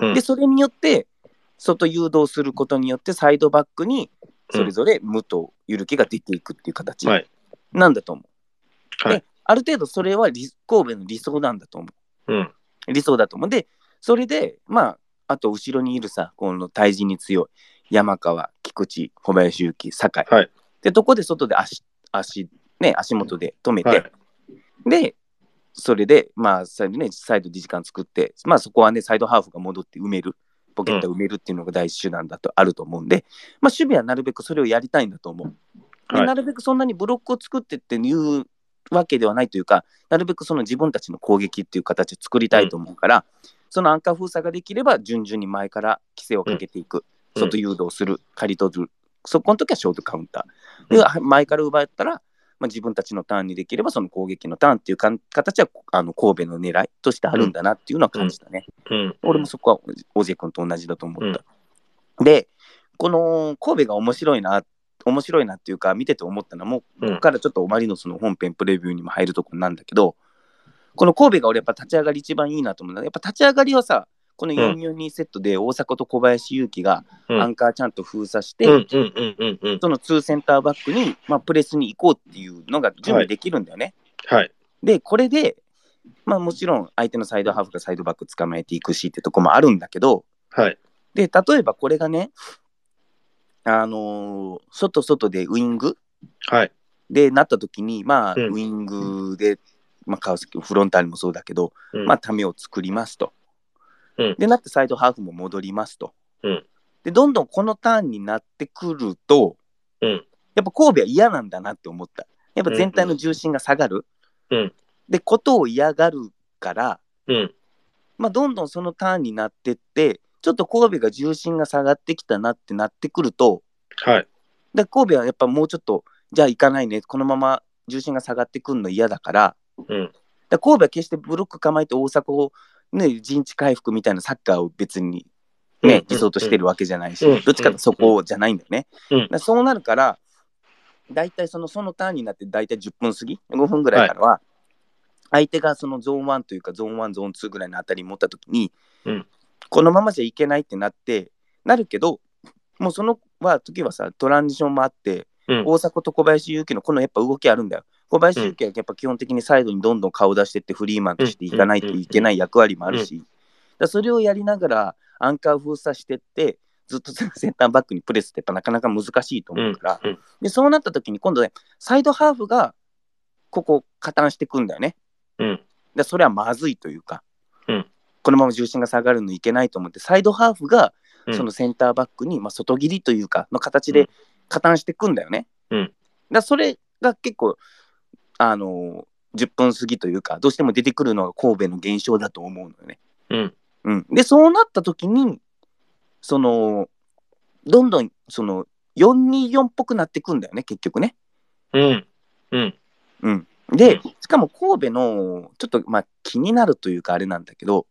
Speaker 2: うん
Speaker 3: で、それによって、外誘導することによって、サイドバックにそれぞれ武藤、ゆるきが出ていくっていう形
Speaker 2: はい
Speaker 3: なんだと思う。
Speaker 2: はい
Speaker 3: で、ある程度それは理神戸の理想なんだと思
Speaker 2: うん。
Speaker 3: う。理想だと思う。で、それで、まあ、あと後ろにいるさ、この対人に強い山川、菊池、小林勇輝、酒井。
Speaker 2: はい
Speaker 3: で、どこで外で足、足、ね、足元で止めて、
Speaker 2: はい。
Speaker 3: で、それで、まあ、最後ね、サイドで時間作って、まあ、そこはね、サイドハーフが戻って埋める、ポケットを埋めるっていうのが第一手段だとあると思うんで、まあ、守備はなるべくそれをやりたいんだと思う。で
Speaker 2: はい
Speaker 3: なるべくそんなにブロックを作ってっていうわけではないというか、なるべくその自分たちの攻撃っていう形を作りたいと思うから、そのアンカー封鎖ができれば、順々に前から規制をかけてい
Speaker 2: う
Speaker 3: く、
Speaker 2: ん
Speaker 3: 外誘導する、刈り取る、そこの時はショートカウンター。で、前から奪ったら、まあ、自分たちのターンにできればその攻撃のターンっていうか形はあの神戸の狙いとしてあるんだなっていうのは感じたね。
Speaker 2: うん。
Speaker 3: 俺もそこはオジェ君と同じだと思った。でこの神戸が面白いな面白いなっていうか見てて思ったのはも
Speaker 2: う
Speaker 3: う
Speaker 2: ん
Speaker 3: ここからちょっとマリノスの本編プレビューにも入るところなんだけどこの神戸が俺やっぱ立ち上がり一番いいなと思うのはやっぱ立ち上がりはさこの442セットで大迫と小林勇輝が
Speaker 2: うん
Speaker 3: アンカーちゃんと封鎖して、
Speaker 2: うんうんうんうんうん。
Speaker 3: その2センターバックに、まあ、プレスに行こうっていうのが準備できるんだよね。
Speaker 2: はい。
Speaker 3: で、これで、まあ、もちろん相手のサイドハーフがサイドバック捕まえていくしってとこもあるんだけど、
Speaker 2: はい。
Speaker 3: で、例えばこれがね、あのー外外でウイング
Speaker 2: はい。
Speaker 3: でなった時に、まあ、
Speaker 2: うん
Speaker 3: ウイングで、まあ、川崎フロンターレもそうだけど、
Speaker 2: うん
Speaker 3: まあ、ためを作りますと。
Speaker 2: うん
Speaker 3: で、なってサイドハーフも戻りますと。
Speaker 2: うん
Speaker 3: で、どんどんこのターンになってくると、
Speaker 2: うん
Speaker 3: やっぱ神戸は嫌なんだなって思った。やっぱ全体の重心が下がる。
Speaker 2: うん
Speaker 3: で、ことを嫌がるから、
Speaker 2: うん。
Speaker 3: まあ、どんどんそのターンになってって、ちょっと神戸が重心が下がってきたなってなってくると、
Speaker 2: はい。
Speaker 3: で神戸はやっぱもうちょっと、じゃあ行かないね、このまま重心が下がってくるの嫌だから、
Speaker 2: うん。
Speaker 3: だから神戸は決してブロック構えて大迫を、ね、陣地回復みたいなサッカーを別に、
Speaker 2: うんうんう
Speaker 3: ね
Speaker 2: ん、
Speaker 3: 理想としてるわけじゃないし、
Speaker 2: うんうん
Speaker 3: どっちかというとそこじゃないんだよね。
Speaker 2: うん
Speaker 3: だからそうなるから、大体そのそのターンになって大体10分過ぎ、5分ぐらいからは、相手がそのゾーン1というか、ゾーン1、ゾーン2ぐらいのあたりに持ったときに、
Speaker 2: うん
Speaker 3: このままじゃいけないってなって、なるけど、もうそのは時はさ、トランジションもあって、
Speaker 2: うん。
Speaker 3: 大迫と小林勇輝のこのやっぱ動きあるんだよ。小林勇輝はやっぱ基本的にサイドにどんどん顔出してってフリーマンとしていかないといけない役割もあるし、だからそれをやりながらアンカー封鎖してって、ずっとセンターバックにプレスってやっぱなかなか難しいと思うから、
Speaker 2: うんうん
Speaker 3: でそうなった時に今度ね、サイドハーフがここ加担してくんだよね。
Speaker 2: うん
Speaker 3: でそれはまずいというか、
Speaker 2: うん
Speaker 3: このまま重心が下がるのいけないと思って、サイドハーフが
Speaker 2: うん
Speaker 3: そのセンターバックに、まあ、外切りというか、の形
Speaker 2: う
Speaker 3: で
Speaker 2: ん
Speaker 3: 加担していくんだよね。
Speaker 2: うん
Speaker 3: だからそれが結構、あのー10分過ぎというか、どうしても出てくるのが神戸の現象だと思うのよね。
Speaker 2: うん。
Speaker 3: うん、で、そうなった時に、その、どんどん、その、424っぽくなってくんだよね、結局ね。
Speaker 2: うん。うん。
Speaker 3: うん、で
Speaker 2: うん、
Speaker 3: しかも神戸の、ちょっとまあ気になるというか、あれなんだけど、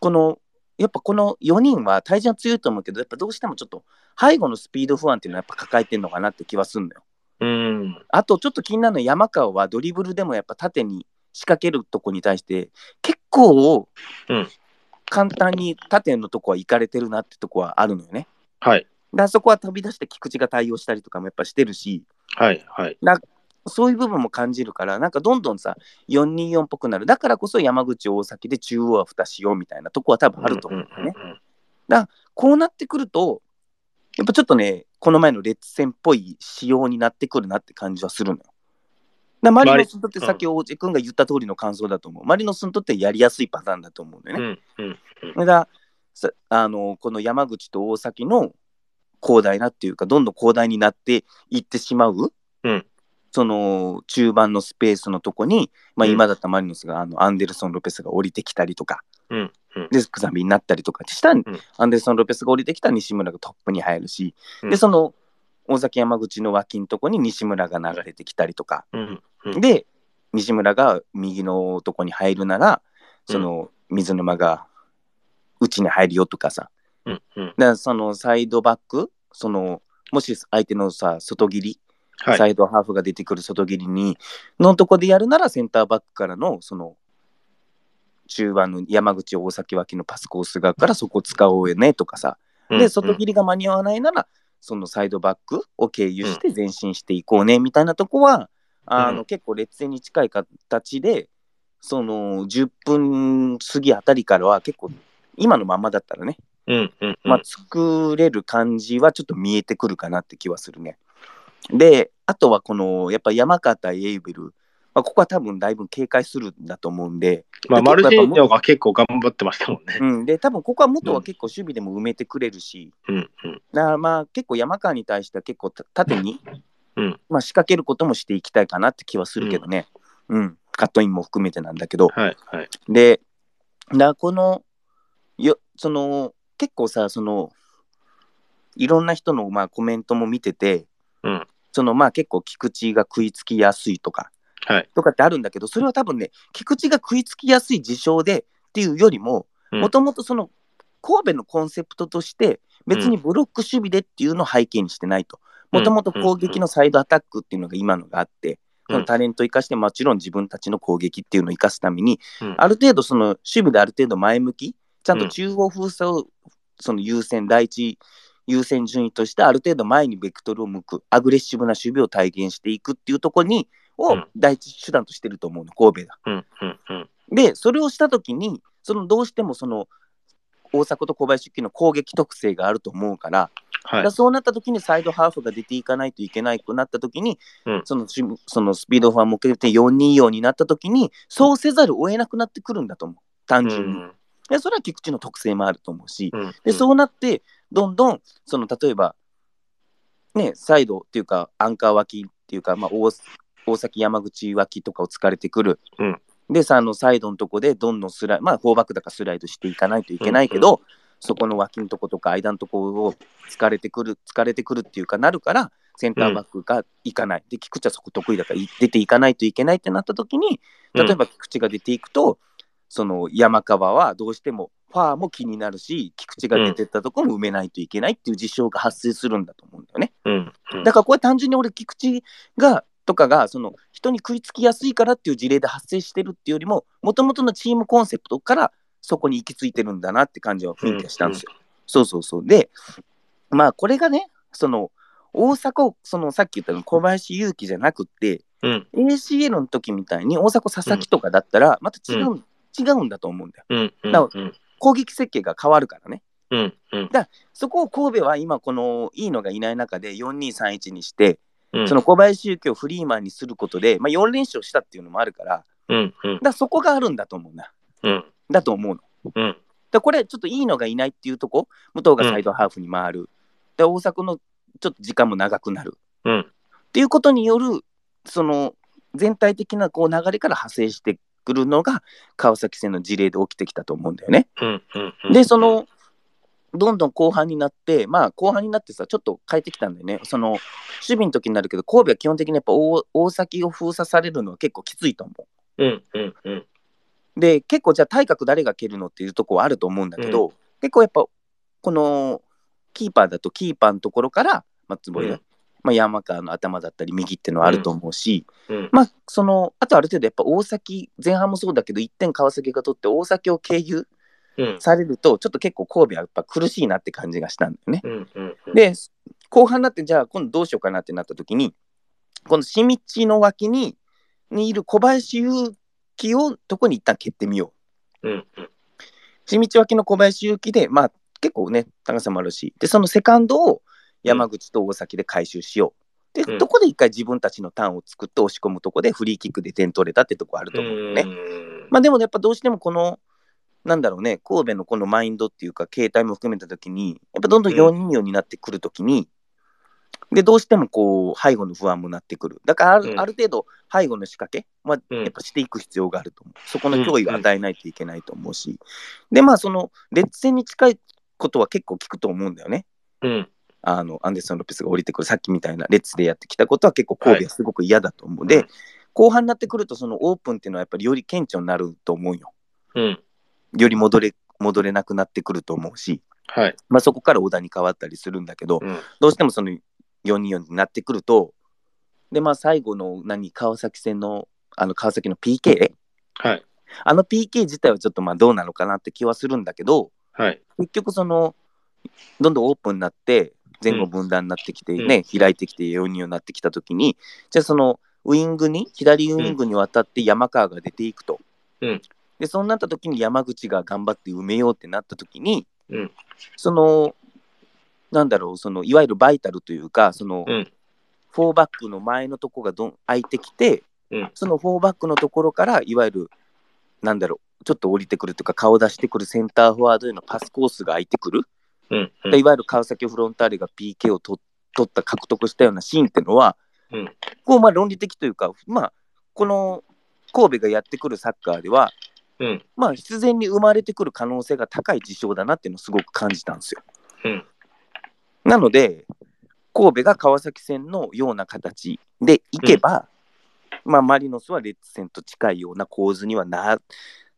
Speaker 3: この、やっぱこの4人は体重は強いと思うけど、やっぱどうしてもちょっと背後のスピード不安っていうのはやっぱ抱えてるのかなって気はするんだよ。
Speaker 2: うん。
Speaker 3: あとちょっと気になるのは山川はドリブルでもやっぱ縦に仕掛けるとこに対して、結構
Speaker 2: うん、
Speaker 3: 簡単に縦のとこは行かれてるなってとこはあるのよね。
Speaker 2: はい。
Speaker 3: で、あそこは飛び出して菊池が対応したりとかもやっぱしてるし、
Speaker 2: はい。はい。
Speaker 3: そういう部分も感じるから、なんかどんどんさ、424っぽくなる。だからこそ山口、大崎で中央は2しようみたいなとこは多分あると思う。
Speaker 2: うんうんうんうん
Speaker 3: こうなってくると、やっぱちょっとね、この前のレッツ戦っぽい仕様になってくるなって感じはするのよ。だマリノスにとって
Speaker 2: マリ
Speaker 3: さっき大地君が言った通りの感想だと思う。マリノスにとってやりやすいパターンだと思うんだよね。
Speaker 2: うんうん
Speaker 3: だからさあのこの山口と大崎の広大なっていうかどんどん広大になっていってしまう、
Speaker 2: うん
Speaker 3: その中盤のスペースのとこに、まあ、
Speaker 2: うん
Speaker 3: 今だったらマリノスが、あのアンデルソン・ロペスが降りてきたりとか
Speaker 2: うんうん
Speaker 3: でクザミになったりとかした、
Speaker 2: ん
Speaker 3: アンデルソン・ロペスが降りてきたら西村がトップに入るし、
Speaker 2: うん
Speaker 3: でその大崎山口の脇のとこに西村が流れてきたりとか、
Speaker 2: うん
Speaker 3: で西村が右のとこに入るならその水沼が内に入るよとかさ
Speaker 2: うんうん
Speaker 3: だからそのサイドバックそのもし相手のさ外切り、
Speaker 2: はい
Speaker 3: サイドハーフが出てくる外切りにのとこでやるならセンターバックからのその中盤の山口大崎脇のパスコース側からそこ使おうよねとかさ
Speaker 2: うんう
Speaker 3: で
Speaker 2: ん
Speaker 3: 外切りが間に合わないならそのサイドバックを経由して前進していこうねみたいなとこはあ
Speaker 2: う
Speaker 3: の結構劣勢に近い形でその10分過ぎあたりからは結構今のままだったらね
Speaker 2: うんうんうん
Speaker 3: まあ、作れる感じはちょっと見えてくるかなって気はするね。で、あとはこの、やっぱ山形エイベル、まあ、ここは多分だいぶ警戒するんだと思うんで、
Speaker 2: まあ
Speaker 3: で
Speaker 2: マルチ
Speaker 3: 結構やっぱ
Speaker 2: ーニョが結構頑張ってましたもんね
Speaker 3: う。ん、で、多分ここは元は結構守備でも埋めてくれるし、
Speaker 2: うんうん
Speaker 3: だからまあ結構山川に対しては結構た縦に、
Speaker 2: うん
Speaker 3: まあ、仕掛けることもしていきたいかなって気はするけどね、うん、カットインも含めてなんだけど、
Speaker 2: はいはい。
Speaker 3: で、だこのよその結構さそのいろんな人の、まあ、コメントも見てて、
Speaker 2: うん
Speaker 3: そのまあ結構菊池が食いつきやすいとか、
Speaker 2: はい
Speaker 3: とかってあるんだけどそれは多分ね菊池が食いつきやすい事象でっていうよりも
Speaker 2: うん
Speaker 3: もともとその神戸のコンセプトとして別にブロック守備でっていうのを背景にしてないと。
Speaker 2: うん
Speaker 3: もともと攻撃のサイドアタックっていうのが今のがあって、
Speaker 2: うん
Speaker 3: そのタレントを生かして、もちろん自分たちの攻撃っていうのを生かすために、
Speaker 2: うん
Speaker 3: ある程度、その守備である程度前向き、ちゃん
Speaker 2: う
Speaker 3: と
Speaker 2: ん
Speaker 3: 中央封鎖をその優先、第一優先順位として、ある程度前にベクトルを向く、アグレッシブな守備を体現していくっていうところに、
Speaker 2: う
Speaker 3: を
Speaker 2: ん
Speaker 3: 第一手段としてると思うの、神戸が。
Speaker 2: うんうんうん
Speaker 3: で、それをしたときに、そのどうしてもその大迫と小林出勤の攻撃特性があると思うから、
Speaker 2: は
Speaker 3: だから
Speaker 2: い。
Speaker 3: そうなった時にサイドハーフが出ていかないといけないくなった時に、
Speaker 2: うん
Speaker 3: そのチームそのスピードオファーも受けて424になった時にそうせざるを得なくなってくるんだと思う単純に、でそれは菊池の特性もあると思うし、
Speaker 2: うん
Speaker 3: でそうなってどんどんその例えばねサイドっていうかアンカー脇っていうか、まあ、大大崎山口脇とかを突かれてくる、
Speaker 2: うん
Speaker 3: でさあのサイドのとこでどんどんスライまあフォーバックだからスライドしていかないといけないけど、そこの脇のとことか間のとこを疲れてくる疲れてくるっていうかなるからセンターバックが行かない、で菊池はそこ得意だからい出ていかないといけないってなった時に
Speaker 2: うん
Speaker 3: 例えば菊池が出ていくと、その山川はどうしてもファーも気になるし菊池が出てったとこも埋めないといけないっていう事象が発生するんだと思うんだよね。
Speaker 2: うんうん
Speaker 3: だからこれ単純に俺菊池がとかがその人に食いつきやすいからっていう事例で発生してるっていうよりももともとのチームコンセプトからそこに行き着いてるんだなって感じは雰囲気がしたんですよ。そうそうそうでまあこれがねその大阪をそのさっき言ったように小林勇輝じゃなくって
Speaker 2: うん
Speaker 3: ACL の時みたいに大迫佐々木とかだったらまた違う、違うんだと思うんだよ。
Speaker 2: うんうん
Speaker 3: だか
Speaker 2: うん
Speaker 3: 攻撃設計が変わるからね。
Speaker 2: うんうん
Speaker 3: そこを神戸は今このいいのがいない中で4231にして
Speaker 2: うん
Speaker 3: その小林幸をフリーマンにすることで、まあ、4連勝したっていうのもあるから、だか
Speaker 2: うんうん
Speaker 3: らそこがあるんだと思うな。
Speaker 2: うん
Speaker 3: だと思うの。
Speaker 2: うん
Speaker 3: だこれ、ちょっといいのがいないっていうとこ、武藤がサイドハーフに回る。で、大迫のちょっと時間も長くなる。
Speaker 2: うん
Speaker 3: っていうことによる、その全体的なこう流れから派生してくるのが、川崎戦の事例で起きてきたと思うんだよね。
Speaker 2: うんうんうん
Speaker 3: で、その、どんどん後半になって、まあ、後半になってさ、ちょっと変えてきたんだよね。その、守備の時になるけど、神戸は基本的にやっぱ大大崎を封鎖されるのは結構きついと思
Speaker 2: うんうんうん
Speaker 3: う。で、結構じゃあ体格誰が蹴るのっていうとこはあると思うんだけど、結構やっぱ、この、キーパーだとキーパーのところから、松坊や、
Speaker 2: うん
Speaker 3: まあ、山川の頭だったり、右っていうのはあると思うし、
Speaker 2: うん
Speaker 3: まあ、その、あとある程度やっぱ大崎、前半もそうだけど、1点川崎が取って、大崎を経由
Speaker 2: うん
Speaker 3: されると、ちょっと結構神戸はやっぱ苦しいなって感じがしたんだよね。
Speaker 2: うんうんうん
Speaker 3: で、後半になって、じゃあ今度どうしようかなってなった時に、このシミッチの脇ににいる小林祐希をとこに一旦蹴ってみよう。
Speaker 2: うんうん。
Speaker 3: 地道脇の小林祐希で、まあ、結構ね、高さもあるし、で、そのセカンドを山口と大崎で回収しよう。で、
Speaker 2: うん
Speaker 3: どこで一回自分たちのターンを作って押し込むとこでフリーキックで点取れたってとこあると思うよね。
Speaker 2: うん
Speaker 3: まあでもやっぱどうしてもこの、なんだろうね、神戸のこのマインドっていうか、形態も含めたときに、やっぱどんどん4人4になってくるときに、で、どうしてもこう、背後の不安もなってくる。だからある、
Speaker 2: うん
Speaker 3: ある程度、背後の仕掛け、まあ、
Speaker 2: うん
Speaker 3: やっぱしていく必要があると思う。そこの脅威を与えないといけないと思うし。で、まあ、その、列戦に近いことは結構聞くと思うんだよね。
Speaker 2: うん。
Speaker 3: あの、アンデソン・ロペスが降りてくる、さっきみたいなレッツでやってきたことは結構神戸はすごく嫌だと思う。で、後半になってくると、そのオープンっていうのはやっぱりより顕著になると思うよ。
Speaker 2: うん。
Speaker 3: より戻れ戻れなくなってくると思うし、
Speaker 2: はい。
Speaker 3: まあ、そこから小田に変わったりするんだけど、
Speaker 2: うん。
Speaker 3: どうしてもその424になってくるとで、まあ、最後の何川崎戦のあの川崎の PK
Speaker 2: はい。
Speaker 3: あの PK 自体はちょっとまあどうなのかなって気はするんだけど
Speaker 2: はい。
Speaker 3: 結局そのどんどんオープンになって前後分断になってきて
Speaker 2: うん
Speaker 3: ね、開いてきて424になってきた時にじゃあそのウイングに左ウイングに渡って山川が出ていくと。
Speaker 2: うん
Speaker 3: でそうなった時に山口が頑張って埋めようってなった時に、
Speaker 2: うん
Speaker 3: そのなんだろうそのいわゆるバイタルというかその、
Speaker 2: うん
Speaker 3: フォーバックの前のとこがどん空いてきて、
Speaker 2: うん
Speaker 3: そのフォーバックのところからいわゆるなんだろうちょっと降りてくるというか顔出してくるセンターフォワードへのパスコースが空いてくる、
Speaker 2: うん。う
Speaker 3: でい
Speaker 2: ん。
Speaker 3: わゆる川崎フロンターレが PK を取取った獲得したようなシーンってのは、
Speaker 2: うん
Speaker 3: こうまあ論理的というか、まあ、この神戸がやってくるサッカーでは、
Speaker 2: うん。
Speaker 3: まあ、必然に生まれてくる可能性が高い事象だなっていうのをすごく感じたんですよ。
Speaker 2: うん
Speaker 3: なので神戸が川崎戦のような形でいけば、まあ、マリノスはレッツ戦と近いような構図にはな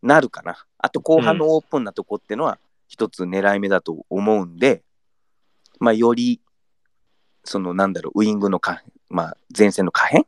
Speaker 3: なるかな。あと後半のオープンなとこっていうのは一つ狙い目だと思うんで、まあ、よりそのなんだろうウイングのか、まあ、前線の可変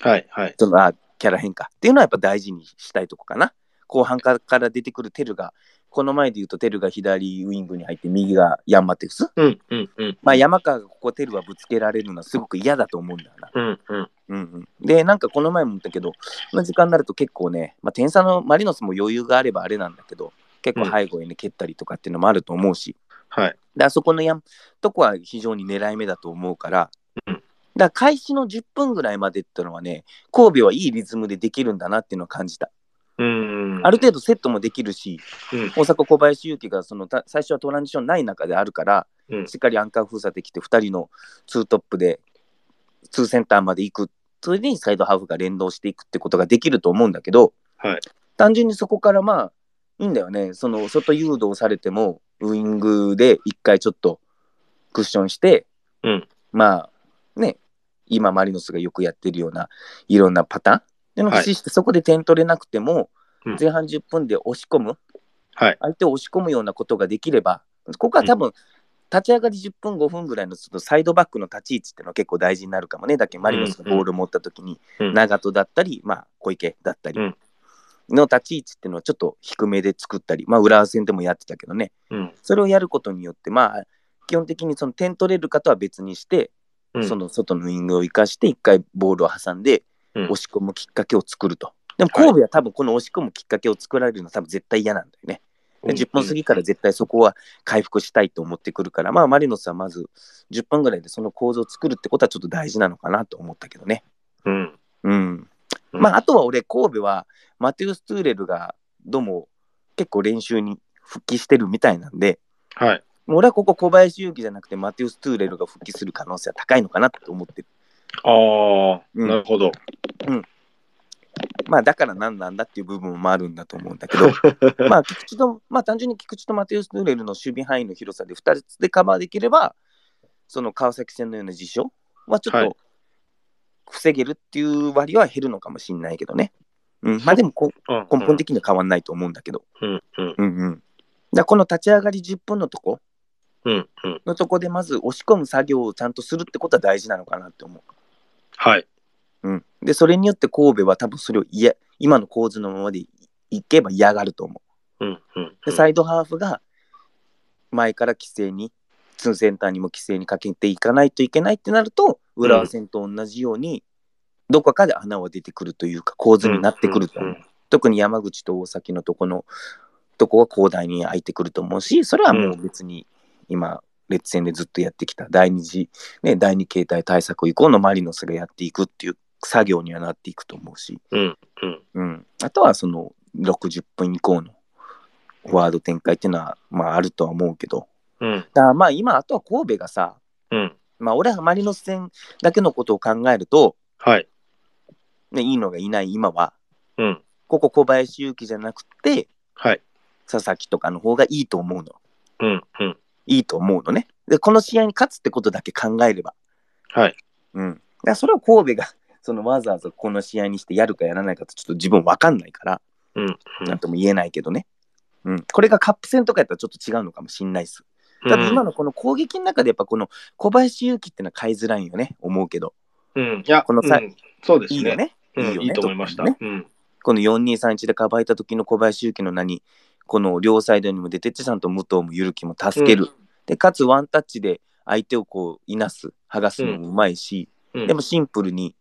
Speaker 2: はい。はい。
Speaker 3: そのあキャラ変化っていうのはやっぱ大事にしたいとこかな。後半からから出てくるテルが、この前で言うとテルが左ウイングに入って右がヤンマテウス。
Speaker 2: うん。うん。うん。
Speaker 3: まあ山川がここテルはぶつけられるのはすごく嫌だと思うんだよな。
Speaker 2: うん。うん。
Speaker 3: うんうん、で、なんかこの前も言ったけど、この時間になると結構ね、まあ、点差のマリノスも余裕があればあれなんだけど、結構背後へね蹴ったりとかっていうのもあると思うし、
Speaker 2: はい。
Speaker 3: であそこのやんとこは非常に狙い目だと思うから、
Speaker 2: うん
Speaker 3: だから開始の10分ぐらいまでってのはね、神戸はいいリズムでできるんだなっていうのは感じた。
Speaker 2: うん。
Speaker 3: ある程度セットもできるし、
Speaker 2: うん。
Speaker 3: (laughs) 大阪小林祐希がそのた最初はトランジションない中であるから、
Speaker 2: うん
Speaker 3: しっかりアンカー封鎖できて、2人の2トップで、2センターまで行く、それにサイドハーフが連動していくってことができると思うんだけど、
Speaker 2: はい
Speaker 3: 単純にそこからまあ、いいんだよね、その外誘導されても、ウイングで1回ちょっとクッションして、
Speaker 2: うん
Speaker 3: まあね、今、マリノスがよくやってるようないろんなパターンでの
Speaker 2: はい
Speaker 3: 駆使して、そこで点取れなくても、
Speaker 2: うん
Speaker 3: 前半10分で押し込む、
Speaker 2: はい
Speaker 3: 相手を押し込むようなことができれば、ここは多分、立ち上がり10分、5分ぐらいのちょっとサイドバックの立ち位置っていうのは結構大事になるかもね、だけどマリノスがボール持った時に、
Speaker 2: うん
Speaker 3: 長門だったり、まあ、小池だったり
Speaker 2: うん
Speaker 3: の立ち位置っていうのはちょっと低めで作ったり、まあ、浦和戦でもやってたけどね、
Speaker 2: うん。
Speaker 3: それをやることによって、まあ、基本的にその点取れるかとは別にして、
Speaker 2: うん
Speaker 3: その外のウイングを生かして、一回ボールを挟んで、
Speaker 2: うん
Speaker 3: 押し込むきっかけを作ると。でも神戸は多分この押し込むきっかけを作られるのは多分絶対嫌なんだよね。で10分過ぎから絶対そこは回復したいと思ってくるから、まあ、マリノスはまず10分ぐらいでその構造を作るってことはちょっと大事なのかなと思ったけどね。
Speaker 2: うん。
Speaker 3: うん。
Speaker 2: うん
Speaker 3: まあ、あとは俺、神戸はマテウス・トゥーレルがどうも結構練習に復帰してるみたいなんで、
Speaker 2: はい。
Speaker 3: もう俺はここ小林勇輝じゃなくてマテウス・トゥーレルが復帰する可能性は高いのかなと思ってる。
Speaker 2: ああ、
Speaker 3: うん
Speaker 2: なるほど。
Speaker 3: まあ、だから何なんだっていう部分もあるんだと思うんだけど、
Speaker 2: (laughs)
Speaker 3: まあ、菊池と、まあ、単純に菊池とマテウス・ヌーレルの守備範囲の広さで2つでカバーできれば、その川崎戦のような事象はちょっ
Speaker 2: はい
Speaker 3: と防げるっていう割は減るのかもしれないけどね。うん、まあでもこ
Speaker 2: うん
Speaker 3: 根本的には変わんないと思うんだけど。
Speaker 2: うん。うん。
Speaker 3: うんうん。だからこの立ち上がり10分のとこ
Speaker 2: うん。うん。
Speaker 3: のとこでまず押し込む作業をちゃんとするってことは大事なのかなって思う。
Speaker 2: はい。
Speaker 3: うん、でそれによって神戸は多分それをいや今の構図のままでいいけば嫌がると思
Speaker 2: うん。うん。
Speaker 3: う。でサイドハーフが前から規制にツーセンターにも規制にかけていかないといけないってなると浦和戦と同じようにどこかで穴は出てくるというか構図になってくると思う。
Speaker 2: うん
Speaker 3: 特に山口と大崎のとこのとこは広大に空いてくると思うしそれはもう別に今列戦でずっとやってきた第二次、ね、第二形態対策以降のマリノスがやっていくっていう作業にはなっていくと思うし、
Speaker 2: うんうん
Speaker 3: うん、あとはその60分以降のフォワード展開っていうのは、まあ、あるとは思うけど
Speaker 2: うん
Speaker 3: だからまあ今あとは神戸がさ、
Speaker 2: うん
Speaker 3: まあ、俺はマリノス戦だけのことを考えると、
Speaker 2: はい
Speaker 3: ね、いいのがいない今は
Speaker 2: うん
Speaker 3: ここ小林勇輝じゃなくて
Speaker 2: はい
Speaker 3: 佐々木とかの方がいいと思うの。
Speaker 2: うんうん
Speaker 3: いいと思うのね。で、この試合に勝つってことだけ考えれば。
Speaker 2: はい
Speaker 3: うん。だからそれを神戸が、 (laughs) そのわざわざこの試合にしてやるかやらないかとちょっと自分わかんないから、
Speaker 2: うん
Speaker 3: なんとも言えないけどね。うん。これがカップ戦とかやったらちょっと違うのかもしんないっす。
Speaker 2: う
Speaker 3: た
Speaker 2: ん
Speaker 3: だ今のこの攻撃の中でやっぱこの小林勇輝っていうのは買いづらいよね、思うけど。
Speaker 2: うんいや
Speaker 3: この際
Speaker 2: うんそうです
Speaker 3: い
Speaker 2: ね
Speaker 3: いよね。
Speaker 2: うん
Speaker 3: いいよね
Speaker 2: いいと思いました
Speaker 3: とか
Speaker 2: うん
Speaker 3: この4231でかばいた時の小林勇輝の名に、この両サイドにも出てってちゃんと武藤もゆるきも助ける。で、かつワンタッチで相手をこう、いなす、剥がすのもうまいし、
Speaker 2: うん
Speaker 3: でもシンプルに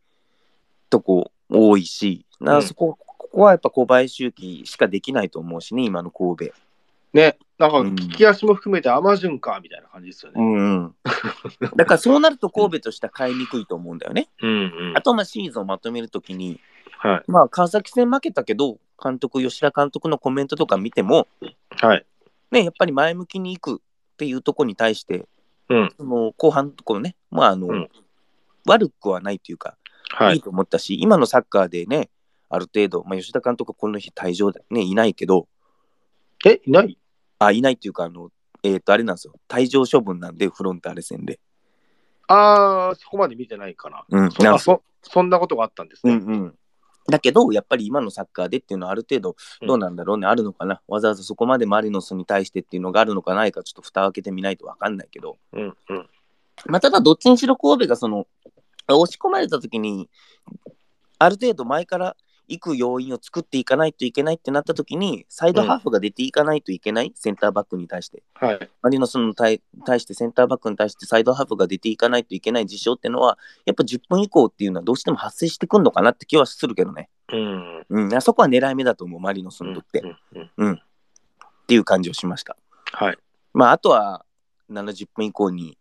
Speaker 3: とこ多いし、な
Speaker 2: うん
Speaker 3: そこ、ここはやっぱ小林周期しかできないと思うしね、今の神戸。
Speaker 2: ねなんか聞き足も含めてアマジュンかみたいな感じですよ
Speaker 3: う
Speaker 2: ね (laughs)
Speaker 3: んうん。だからそうなると神戸としては買いにくいと思うんだよね。
Speaker 2: うんうん
Speaker 3: あとまあシーズンをまとめるときに、
Speaker 2: はい
Speaker 3: まあ川崎戦負けたけど、監督、吉田監督のコメントとか見ても、
Speaker 2: はい
Speaker 3: ね、やっぱり前向きに行くっていうところに対して、
Speaker 2: うん
Speaker 3: その後半のところね、まああの、
Speaker 2: うん
Speaker 3: 悪くはないというか、、
Speaker 2: はい
Speaker 3: い
Speaker 2: い
Speaker 3: と思ったし、今のサッカーでね、ある程度、まあ、吉田監督はこの日退場で、ね、いないけど、
Speaker 2: えいない
Speaker 3: あ、いないっていうか、あの、えっ、と、あれなんですよ、退場処分なんで、フロンターレ戦で。
Speaker 2: あーそこまで見てないかな
Speaker 3: うん
Speaker 2: そ
Speaker 3: なん
Speaker 2: あ
Speaker 3: すよ
Speaker 2: そそんなことがあったんですね
Speaker 3: うん。だけど、やっぱり今のサッカーでっていうのは、ある程度、
Speaker 2: うん
Speaker 3: どうなんだろうね、あるのかな。わざわざそこまでマリノスに対してっていうのがあるのかないか、ちょっと蓋を開けてみないと分かんないけど、
Speaker 2: うんうん
Speaker 3: まあ、ただ、どっちにしろ神戸がその、押し込まれた時に、ある程度前から行く要因を作っていかないといけないってなった時に、サイドハーフが出ていかないといけない、センターバックに対して。
Speaker 2: はい
Speaker 3: マリノスの対対してセンターバックに対してサイドハーフが出ていかないといけない事象ってのは、やっぱ10分以降っていうのはどうしても発生してくるのかなって気はするけどね。
Speaker 2: うん
Speaker 3: うん、あそこは狙い目だと思う、マリノスにとって。
Speaker 2: う
Speaker 3: っ
Speaker 2: んうん
Speaker 3: ていう感じをしました。
Speaker 2: はい
Speaker 3: まあ、あとは70分以降に、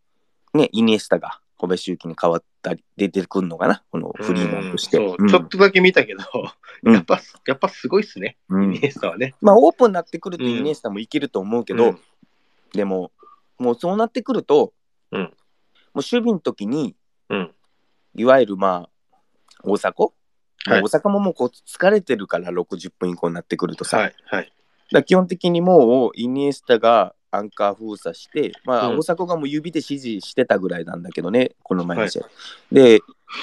Speaker 3: ね、イニエスタが小林幸に変わったり、出てくるのかな、このフリーマンとして。
Speaker 2: うんそう
Speaker 3: うん
Speaker 2: ちょっとだけ見たけど、
Speaker 3: うん
Speaker 2: やっぱやっぱすごいっすね
Speaker 3: う
Speaker 2: イ
Speaker 3: ん
Speaker 2: ニエスタはね
Speaker 3: まあ、オープンになってくるとイニエスタもいけると思うけ
Speaker 2: う
Speaker 3: ど、
Speaker 2: ん
Speaker 3: でも、もうそうなってくると、
Speaker 2: うん
Speaker 3: もう守備の時に、
Speaker 2: うん
Speaker 3: いわゆるまあ、大迫、
Speaker 2: はい
Speaker 3: 大阪ももうこう疲れてるから60分以降になってくるとさ、
Speaker 2: はいはい
Speaker 3: だから基本的にもうイニエスタがアンカー封鎖して、まあ、
Speaker 2: うん
Speaker 3: 大迫がもう指で指示してたぐらいなんだけどね、この前の試合。で、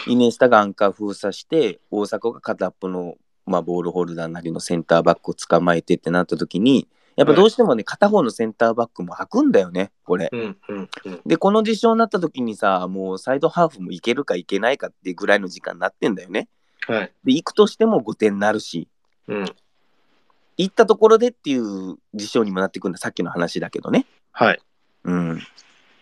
Speaker 3: イニエスタがアンカー封鎖して、大迫が片っぽの、まあ、ボールホルダーなりのセンターバックを捕まえてってなった時に、やっぱどうしてもね、片方のセンターバックも開くんだよね、これ。
Speaker 2: うんうんうん
Speaker 3: で、この事象になった時にさ、もうサイドハーフもいけるかいけないかっていうぐらいの時間になってんだよね。
Speaker 2: はい
Speaker 3: で、行くとしても5点になるし、
Speaker 2: うん
Speaker 3: 行ったところでっていう事象にもなってくるんだ、さっきの話だけどね。
Speaker 2: はい
Speaker 3: うん。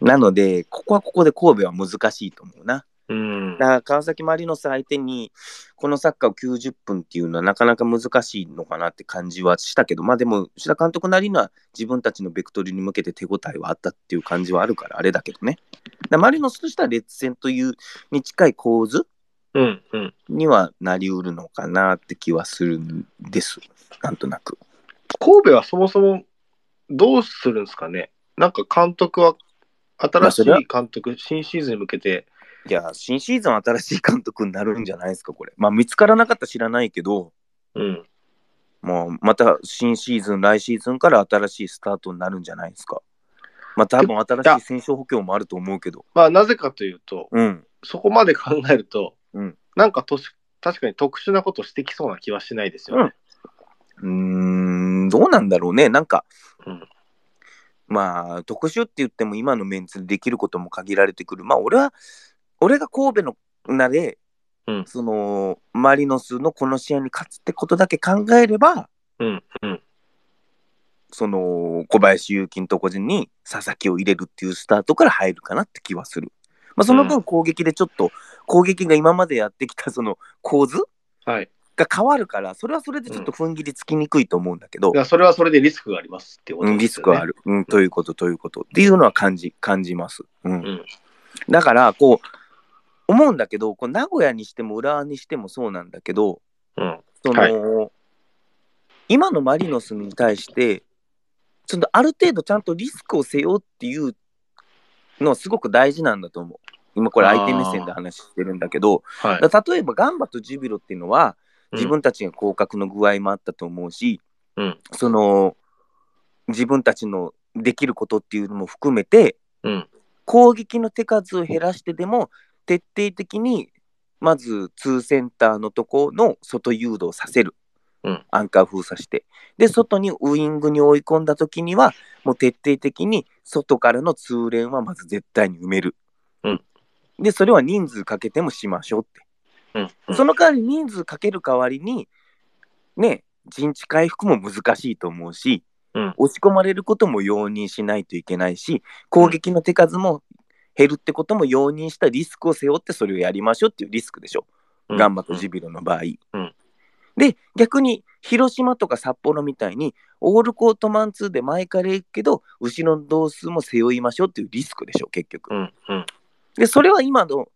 Speaker 3: なので、ここはここで神戸は難しいと思うな。
Speaker 2: うん
Speaker 3: だから川崎マリノス相手に、このサッカーを90分っていうのはなかなか難しいのかなって感じはしたけど、まあでも、吉田監督なりのは自分たちのベクトルに向けて手応えはあったっていう感じはあるから、あれだけどね。だからマリノスとしては劣戦というに近い構図
Speaker 2: うんうん
Speaker 3: にはなりうるのかなって気はするんです。なんとなく。
Speaker 2: 神戸はそもそもどうするんですかねなんか監督は新しい監督新シーズンに向けて
Speaker 3: いや、新シーズン新しい監督になるんじゃないですか、これ。まあ見つからなかったら知らないけど、
Speaker 2: うん
Speaker 3: もうまた新シーズン、来シーズンから新しいスタートになるんじゃないですか。まあ多分新しい選手補強もあると思うけど。
Speaker 2: まあなぜかというと
Speaker 3: うん。
Speaker 2: そこまで考えると、
Speaker 3: うん
Speaker 2: なんかとし確かに特殊なことしてきそうな気はしないですよね。
Speaker 3: うーん、どうなんだろうね。なんか、
Speaker 2: うん
Speaker 3: まあ特集って言っても今のメンツでできることも限られてくる。まあ俺は、俺が神戸のなで、
Speaker 2: うん
Speaker 3: そのマリノスのこの試合に勝つってことだけ考えれば、
Speaker 2: うんうん
Speaker 3: その小林勇輝のとこに佐々木を入れるっていうスタートから入るかなって気はする。まあ、その
Speaker 2: う
Speaker 3: 分攻撃でちょっと攻撃が今までやってきたその構図
Speaker 2: はい。
Speaker 3: が変わるから、それはそれでちょっと踏ん切りつきにくいと思うんだけど
Speaker 2: だか、らそれはそれでリスクがありますっていうこ
Speaker 3: う
Speaker 2: と
Speaker 3: ん
Speaker 2: で
Speaker 3: リ
Speaker 2: す
Speaker 3: ス
Speaker 2: よ
Speaker 3: ク
Speaker 2: ね。
Speaker 3: はある。うん、ということ、ということ。っていうのは感じ、感じます。うん。
Speaker 2: ん
Speaker 3: だから、こう、思うんだけど、こう名古屋にしても浦和にしてもそうなんだけど、
Speaker 2: うん。
Speaker 3: その、
Speaker 2: はい
Speaker 3: 今のマリノスに対して、ちょっとある程度ちゃんとリスクを背負うっていうのはすごく大事なんだと思う。今これ相手目線で話してるんだけど、
Speaker 2: はい。
Speaker 3: だから例えばガンバとジュビロっていうのは、
Speaker 2: うん
Speaker 3: 自分たちが降格の具合もあったと思うし、
Speaker 2: うん
Speaker 3: その自分たちのできることっていうのも含めて、
Speaker 2: うん
Speaker 3: 攻撃の手数を減らしてでも徹底的にまず2センターのとこの外誘導させる、
Speaker 2: うん
Speaker 3: アンカー封鎖してで外にウイングに追い込んだ時にはもう徹底的に外からの通連はまず絶対に埋める、
Speaker 2: うん
Speaker 3: でそれは人数かけてもしましょうって
Speaker 2: うん。うん
Speaker 3: その代わり人数かける代わりに、ね、陣地回復も難しいと思うし、
Speaker 2: うん
Speaker 3: 押し込まれることも容認しないといけないし、攻撃の手数も減るってことも容認したリスクを背負ってそれをやりましょうっていうリスクでしょ、
Speaker 2: うん
Speaker 3: ガンバとジビロの場合。
Speaker 2: うん
Speaker 3: で、逆に広島とか札幌みたいに、オールコートマンツーで前から行くけど、後ろの同数も背負いましょうっていうリスクでしょ、結局。
Speaker 2: うん。うん。
Speaker 3: で、それは今の、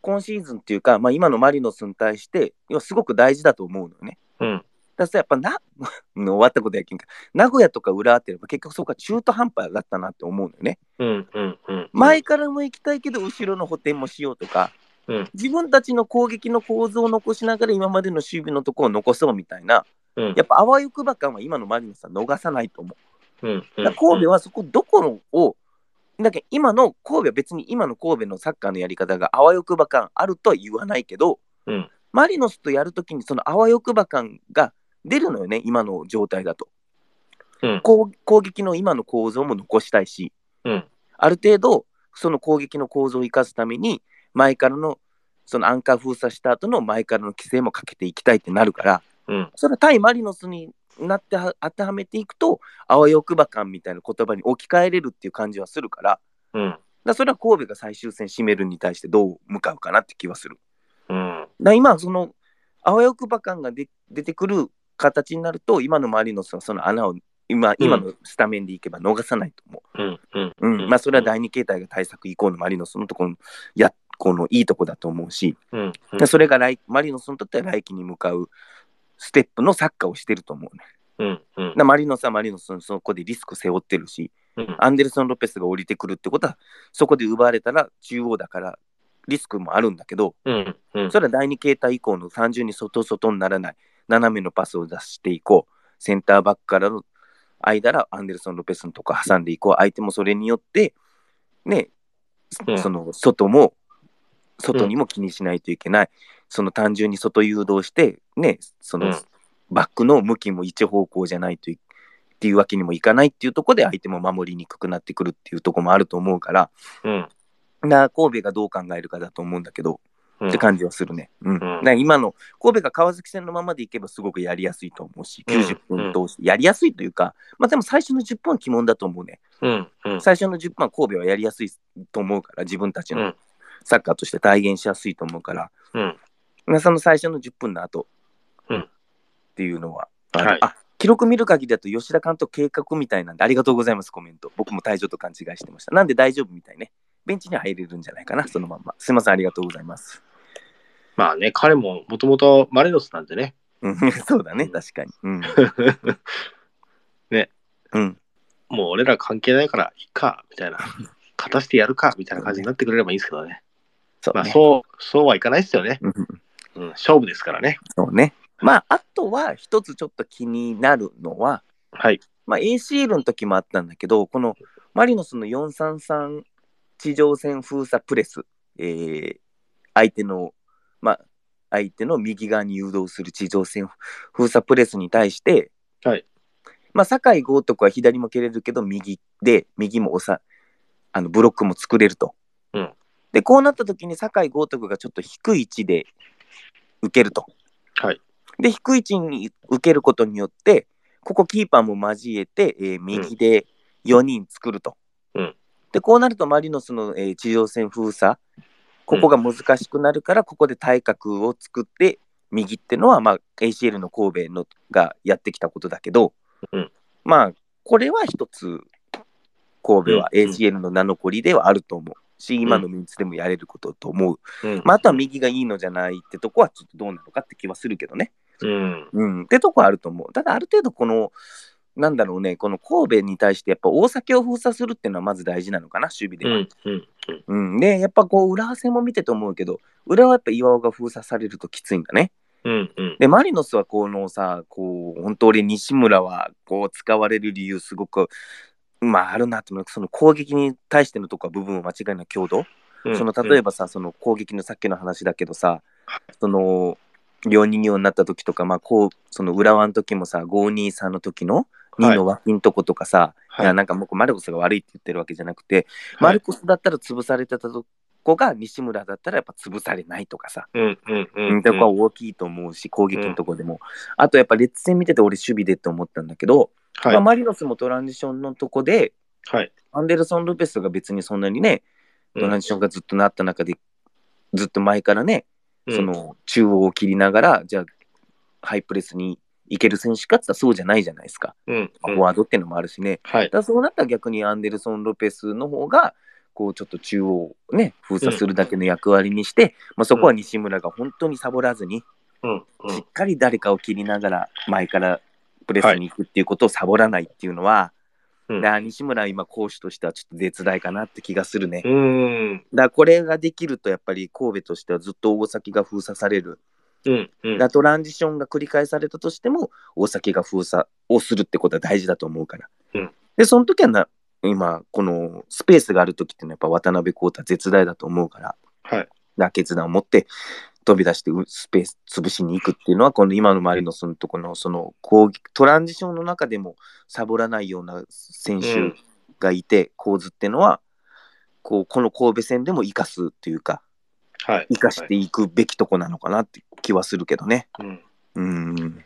Speaker 3: 今シーズンっていうか、まあ、今のマリノスに対して、今すごく大事だと思うのよね。
Speaker 2: うん。
Speaker 3: だからやっぱな、 (laughs) 終わったことやけんか。名古屋とか浦和ってやっぱ結局そこは中途半端だったなって思うのよね。
Speaker 2: うん。うん。うん。
Speaker 3: 前からも行きたいけど、後ろの補填もしようとか、
Speaker 2: うん
Speaker 3: 自分たちの攻撃の構造を残しながら今までの守備のところを残そうみたいな、
Speaker 2: うん。
Speaker 3: やっぱあわよくば感は今のマリノスは逃さないと思う。
Speaker 2: うん。
Speaker 3: だから神戸はそこどこのをだけど今の神戸は別に今の神戸のサッカーのやり方があわよくば感あるとは言わないけど、
Speaker 2: うん
Speaker 3: マリノスとやるときにそのあわよくば感が出るのよね今の状態だと、
Speaker 2: うん
Speaker 3: 攻攻撃の今の構造も残したいし
Speaker 2: うん。
Speaker 3: ある程度その攻撃の構造を生かすために前からのそのアンカー封鎖した後の前からの規制もかけていきたいってなるから
Speaker 2: うん。
Speaker 3: それは対マリノスになっては当てはめていくと、あわよくば感みたいな言葉に置き換えれるっていう感じはするから、だか
Speaker 2: うん。
Speaker 3: らそれは神戸が最終戦締めるに対してどう向かうかなって気はする。
Speaker 2: うん。
Speaker 3: だから今、その、あわよくば感がで出てくる形になると、今のマリノスはその穴を今今のスタメンでいけば逃さないと思う。
Speaker 2: うん。うん。
Speaker 3: うんまあ、それは第二形態が対策以降のマリノスのところのやこのいいとこだと思うし、
Speaker 2: うん。
Speaker 3: でそれが来マリノスにとっては来季に向かうステップのサッカーをしてると思うね。
Speaker 2: うん。うん。
Speaker 3: なマリノスはマリノスのそこでリスク背負ってるし、
Speaker 2: うん。
Speaker 3: アンデルソン・ロペスが降りてくるってことは、そこで奪われたら中央だからリスクもあるんだけど、
Speaker 2: うん。うん。
Speaker 3: それは第2形態以降の単純に外外にならない、斜めのパスを出していこう、センターバックからの間らアンデルソン・ロペスのとこ挟んでいこう、相手もそれによって、ね、
Speaker 2: うん
Speaker 3: その外も、外にも気にしないといけない、その単純に外誘導して、ね、その、
Speaker 2: うん
Speaker 3: バックの向きも一方向じゃないといっていうわけにもいかないっていうところで相手も守りにくくなってくるっていうところもあると思うから、
Speaker 2: うん。
Speaker 3: な神戸がどう考えるかだと思うんだけど、
Speaker 2: うん
Speaker 3: って感じはするね。うん。だから今の神戸が川崎戦のままでいけばすごくやりやすいと思うし、
Speaker 2: うん
Speaker 3: 90分通して、やりやすいというか、まあでも最初の10分は鬼門だと思うね。
Speaker 2: うん。うん。
Speaker 3: 最初の10分は神戸はやりやすいと思うから、自分たち
Speaker 2: う
Speaker 3: の
Speaker 2: ん
Speaker 3: サッカーとして体現しやすいと思うから、
Speaker 2: うん。
Speaker 3: 皆さんの最初の10分の後、
Speaker 2: うん
Speaker 3: っていうのはあ,、
Speaker 2: はい
Speaker 3: あ記録見る限りだと吉田監督計画みたいなんでありがとうございますコメント僕も退場と勘違いしてましたなんで大丈夫みたいねベンチには入れるんじゃないかなそのまんますいませんありがとうございます
Speaker 2: まあね、彼ももともとマリノスなんでね。
Speaker 3: うん (laughs) そうだね
Speaker 2: うん
Speaker 3: 確かにうん
Speaker 2: (laughs) ね
Speaker 3: うん
Speaker 2: もう俺ら関係ないから、いっか、みたいな。勝たしてやるか、みたいな感じになってくれればいいんですけどね。
Speaker 3: そう
Speaker 2: まあ、
Speaker 3: ね
Speaker 2: そう、そうはいかないですよね。
Speaker 3: うん
Speaker 2: うん、勝負ですからね。
Speaker 3: そうねまああとは一つちょっと気になるのは
Speaker 2: はい。
Speaker 3: まあ、ACL の時もあったんだけど、このマリノスの433地上戦封鎖プレス、えー相手の、まあ、相手の右側に誘導する地上戦封鎖プレスに対して、
Speaker 2: はい
Speaker 3: まあ、酒井豪徳は左も蹴れるけど、右で、右も押さあのブロックも作れると。
Speaker 2: うん
Speaker 3: で、こうなった時に酒井豪徳がちょっと低い位置で受けると。
Speaker 2: はい
Speaker 3: で、低い位置に受けることによって、ここキーパーも交えて、えー右で4人作ると。
Speaker 2: うん
Speaker 3: でこうなるとマリノスの、えー地上戦封鎖ここが難しくなるからここで対角を作って右ってのは、まあ、ACL の神戸のがやってきたことだけど、
Speaker 2: うん
Speaker 3: まあこれは一つ神戸は ACL の名残りではあると思うし、今の3つでもやれることだと思う、
Speaker 2: うん
Speaker 3: まあ、あとは右がいいのじゃないってとこはちょっとどうなのかって気はするけどね。
Speaker 2: うん。
Speaker 3: うん、ってとこあると思う。ただある程度このなんだろうねこの神戸に対してやっぱ大崎を封鎖するっていうのはまず大事なのかな守備で
Speaker 2: う
Speaker 3: は。
Speaker 2: ん。うん。
Speaker 3: うんでやっぱこう浦和戦も見てて思うけど浦和はやっぱ岩尾が封鎖されるときついんだね。
Speaker 2: うん。うん。
Speaker 3: でマリノスはこのさこう本当俺西村はこう使われる理由すごくまああるなと思うその攻撃に対してのとこは部分は間違いなく強度、
Speaker 2: うん
Speaker 3: その例
Speaker 2: ば、
Speaker 3: えばさその攻撃のさっきの話だけどさその両人形になった時とかまあこうその浦和の時もさ523の時の2の脇んとことかさ、い
Speaker 2: はい
Speaker 3: やなんか僕マルコスが悪いって言ってるわけじゃなくて、マルコスだったら潰されてたとこが西村だったらやっぱ潰されないとかさ
Speaker 2: うん。うん。
Speaker 3: う、
Speaker 2: うんん。
Speaker 3: とこは大きいと思うし、攻撃のとこでも。あとやっぱ、レッツ戦見てて俺、守備でって思ったんだけど、
Speaker 2: は
Speaker 3: まあ、
Speaker 2: い。
Speaker 3: マリノスもトランジションのとこで、
Speaker 2: はい。
Speaker 3: アンデルソン・ルペスが別にそんなにね、トランジションがずっとなった中で、ずっと前からね、
Speaker 2: うん
Speaker 3: そ、の中央を切りながら、じゃあ、ハイプレスに行ける選手かって言ったらそうじゃないじゃないですか。
Speaker 2: うん。
Speaker 3: フォワードっていうのもあるしね。
Speaker 2: はい
Speaker 3: だ。からそうなったら逆にアンデルソン・ロペスの方がこうちょっと中央をね封鎖するだけの役割にして、まあ、そこは西村が本当にサボらずに、
Speaker 2: うん。う
Speaker 3: しっ
Speaker 2: ん。
Speaker 3: かり誰かを切りながら前からプレスに行くっていうことをサボらないっていうのは、
Speaker 2: うん
Speaker 3: だから西村は今攻守としてはちょっと絶大かなって気がするね。
Speaker 2: うん。
Speaker 3: だからこれができるとやっぱり神戸としてはずっと大崎が封鎖される
Speaker 2: うん。う
Speaker 3: だ
Speaker 2: ん
Speaker 3: からトランジションが繰り返されたとしても大崎が封鎖をするってことは大事だと思うから、
Speaker 2: うん
Speaker 3: でその時はな今このスペースがある時っていうのはやっぱ渡辺浩太絶大だと思うからだか
Speaker 2: はい。
Speaker 3: ら決断を持って飛び出してうスペース潰しに行くっていうのはこの今の周りのそのとこのその攻撃トランジションの中でもサボらないような選手がいて、構図っていうのはこうこの神戸戦でも生かすっていうか
Speaker 2: はい。
Speaker 3: 生かしていくべきとこなのかなって気はするけどね。
Speaker 2: はい。うん。
Speaker 3: うん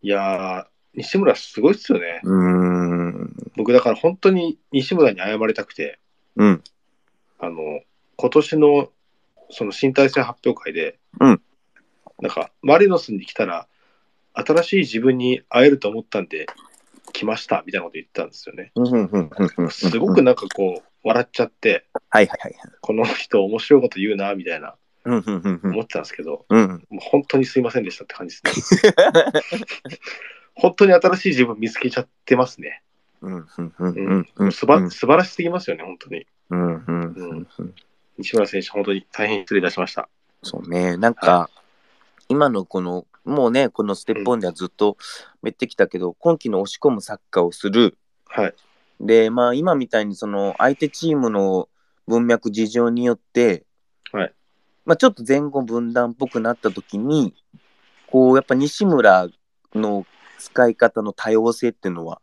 Speaker 2: いやー、西村すごいっすよね。
Speaker 3: うーん。
Speaker 2: 僕、だから本当に西村に謝りたくて、
Speaker 3: うん。
Speaker 2: あの、今年のその新体制発表会で、
Speaker 3: うん
Speaker 2: なんか、マリノスに来たら、新しい自分に会えると思ったんで、来ました、みたいなこと言ったんですよね。
Speaker 3: うんうんうんうん
Speaker 2: すごくなんかこう、笑っちゃって、
Speaker 3: はいはいはい。
Speaker 2: この人面白いこと言うな、みたいな、
Speaker 3: うんうんうんうん
Speaker 2: 思ってたんですけど、
Speaker 3: うん。
Speaker 2: もう本当にすいませんでしたって感じです
Speaker 3: (laughs)
Speaker 2: ね。本当に新しい自分見つけちゃってますね。
Speaker 3: うんうんうん
Speaker 2: う
Speaker 3: うん
Speaker 2: ん
Speaker 3: うん。
Speaker 2: すば素晴らしすぎますよね、本当に。
Speaker 3: うんうんうんうん。
Speaker 2: 西村選手、本当に大変失礼いたしました。
Speaker 3: そうね。なんか、今のこの、もうね、このステップオンではずっとめってきたけど、今期の押し込むサッカーをする。
Speaker 2: はい。
Speaker 3: で、まあ今みたいにその相手チームの文脈事情によって、
Speaker 2: はい。
Speaker 3: まあちょっと前後分断っぽくなった時に、こうやっぱ西村の使い方の多様性っていうのは、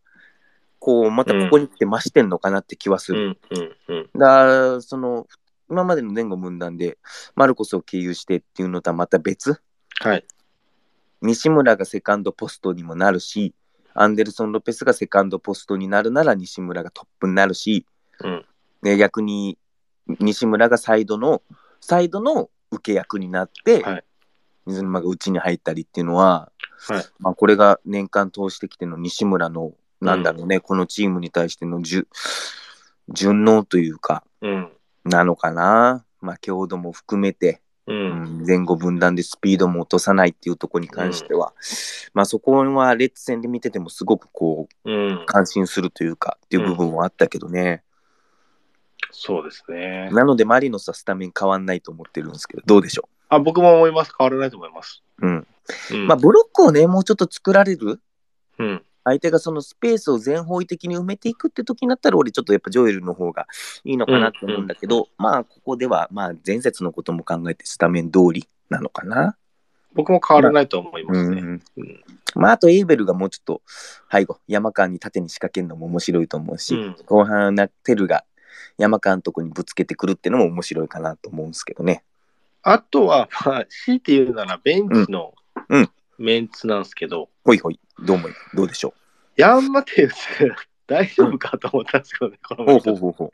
Speaker 3: こうまたここに来て増してんのかなって気はす
Speaker 2: う
Speaker 3: る。
Speaker 2: んうんうん
Speaker 3: だからその今までの前後分断でマルコスを経由してっていうのとはまた別
Speaker 2: はい。
Speaker 3: 西村がセカンドポストにもなるしアンデルソン・ロペスがセカンドポストになるなら西村がトップになるし、
Speaker 2: うん
Speaker 3: ね、逆に西村がサイドのサイドの受け役になって、
Speaker 2: はい
Speaker 3: 水沼が内に入ったりっていうのは、
Speaker 2: はい
Speaker 3: まあ、これが年間通してきての西村のなんだろうね、このチームに対しての順順応というか、
Speaker 2: うん
Speaker 3: なのかな。まあ、強度も含めて、
Speaker 2: う
Speaker 3: うんん、前後分断でスピードも落とさないっていうところに関しては、まあそこはレッツ戦で見ててもすごくこう
Speaker 2: うん
Speaker 3: 感心するというかっていう部分はあったけどね、
Speaker 2: そうですね。
Speaker 3: なのでマリノスはスタメン変わんないと思ってるんですけどどうでしょ
Speaker 2: あ、僕も思います。変わらないと思います。
Speaker 3: う、うん
Speaker 2: うん
Speaker 3: まあブロックをねもうちょっと作られる
Speaker 2: うん
Speaker 3: 相手がそのスペースを全方位的に埋めていくって時になったら俺ちょっとやっぱジョエルの方がいいのかなと思うんだけど、まあここではまあ前節のことも考えてスタメン通りなのかな。
Speaker 2: 僕も変わらないと思いま
Speaker 3: う
Speaker 2: す
Speaker 3: ん
Speaker 2: ね。
Speaker 3: うんまあ、あとエイベルがもうちょっと背後山間に縦に仕掛けるのも面白いと思うし、
Speaker 2: うん
Speaker 3: 後半なテルが山間のとこにぶつけてくるっていうのも面白いかなと思うんですけどね。
Speaker 2: あとは、まあ、強いて言うなら、ベンチの
Speaker 3: うんうん
Speaker 2: メンツなんですけど、
Speaker 3: ほいほいどうもどうでしょ
Speaker 2: ヤンマテウス、 (laughs) 大丈夫かと思ったんですけどね、こ
Speaker 3: う
Speaker 2: の
Speaker 3: ほ
Speaker 2: 前
Speaker 3: うほうほうほ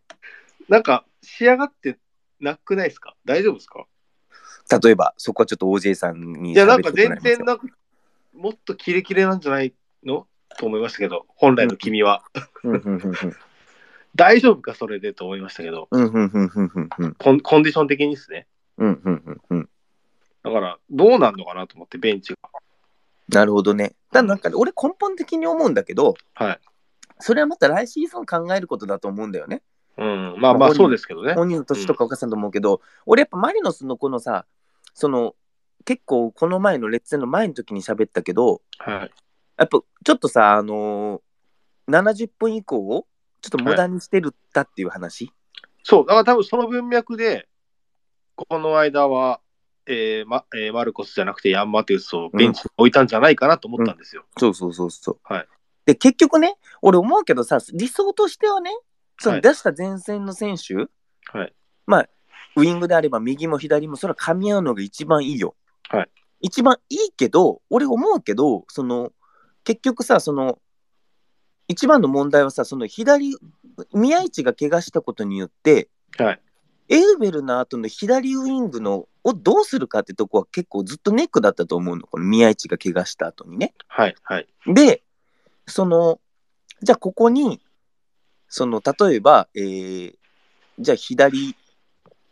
Speaker 2: なんか、仕上がってなくないですか大丈夫ですか
Speaker 3: 例えば、そこはちょっと OJ さんに
Speaker 2: いや、なんか
Speaker 3: 喋っても
Speaker 2: 全
Speaker 3: らいますよ
Speaker 2: 然なんか、もっとキレキレなんじゃないのと思いましたけど、本来の君は。
Speaker 3: うんうんうんうん
Speaker 2: 大丈夫か、それでと思いましたけど、
Speaker 3: うんうんうんうんうんうん
Speaker 2: コンコンディション的にですね。
Speaker 3: うんうんうん
Speaker 2: だから、どうなんのかなと思って、ベンチが。
Speaker 3: なるほどね。ただなんかね俺根本的に思うんだけど、
Speaker 2: はい。
Speaker 3: それはまた来シーズン考えることだと思うんだよね。
Speaker 2: うん、まあまあ、そうですけどね。
Speaker 3: 本人の年とかおかしいと思うけど、俺やっぱマリノスのこのさ、その結構この前のレッツエンの前の時に喋ったけど、
Speaker 2: はい。
Speaker 3: やっぱちょっとさ、あのー、70分以降をちょっと無駄にしてるったっていう話。
Speaker 2: そう、だから多分その文脈で、この間は、えーまえーマルコスじゃなくてヤンマテウスをベンチに置いたんじゃないかなと思ったんですよ。
Speaker 3: そうそうそうそう。
Speaker 2: はい
Speaker 3: で結局ね俺思うけどさ理想としてはねそ
Speaker 2: は
Speaker 3: の
Speaker 2: い
Speaker 3: 出した前線の選手、
Speaker 2: はい
Speaker 3: まあウイングであれば右も左もそれは噛み合うのが一番いいよ。
Speaker 2: はい
Speaker 3: 一番いいけど俺思うけどその結局さその一番の問題はさその左宮市が怪我したことによって、
Speaker 2: はい
Speaker 3: エウベルの後の左ウイングのをどうするかってとこは結構ずっとネックだったと思うのこの宮市が怪我した後にね。
Speaker 2: はい、はい。
Speaker 3: で、その、じゃあここに、その、例えば、えーじゃあ左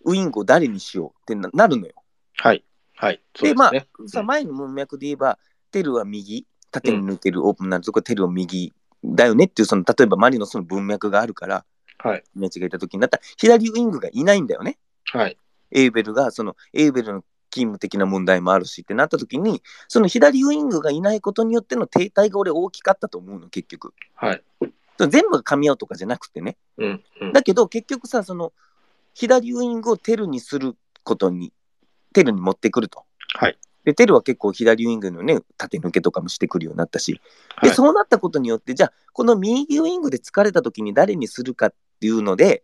Speaker 3: ウイングを誰にしようってななるのよ。
Speaker 2: はい。はい。そうですね。
Speaker 3: まあ
Speaker 2: はい
Speaker 3: さあ前の文脈で言えば、テルは右、縦に抜けるオープンになるとこ、テルを右だよねっていう、その、例えばマリノスの文脈があるから、
Speaker 2: はい。
Speaker 3: 宮地がいた時になったら、左ウイングがいないんだよね。
Speaker 2: はい。
Speaker 3: エーベルが、その、エーベルの勤務的な問題もあるしってなった時に、その左ウイングがいないことによっての停滞が俺大きかったと思うの、結局。
Speaker 2: はい。
Speaker 3: 全部が噛み合うとかじゃなくてね。
Speaker 2: うん。うん
Speaker 3: だけど結局さ、その左ウイングをテルにすることに、テルに持ってくると。
Speaker 2: はい。
Speaker 3: で、テルは結構左ウイングのね、縦抜けとかもしてくるようになったし。
Speaker 2: は
Speaker 3: で、
Speaker 2: い
Speaker 3: そうなったことによって、じゃあ、この右ウイングで疲れた時に誰にするかっていうので、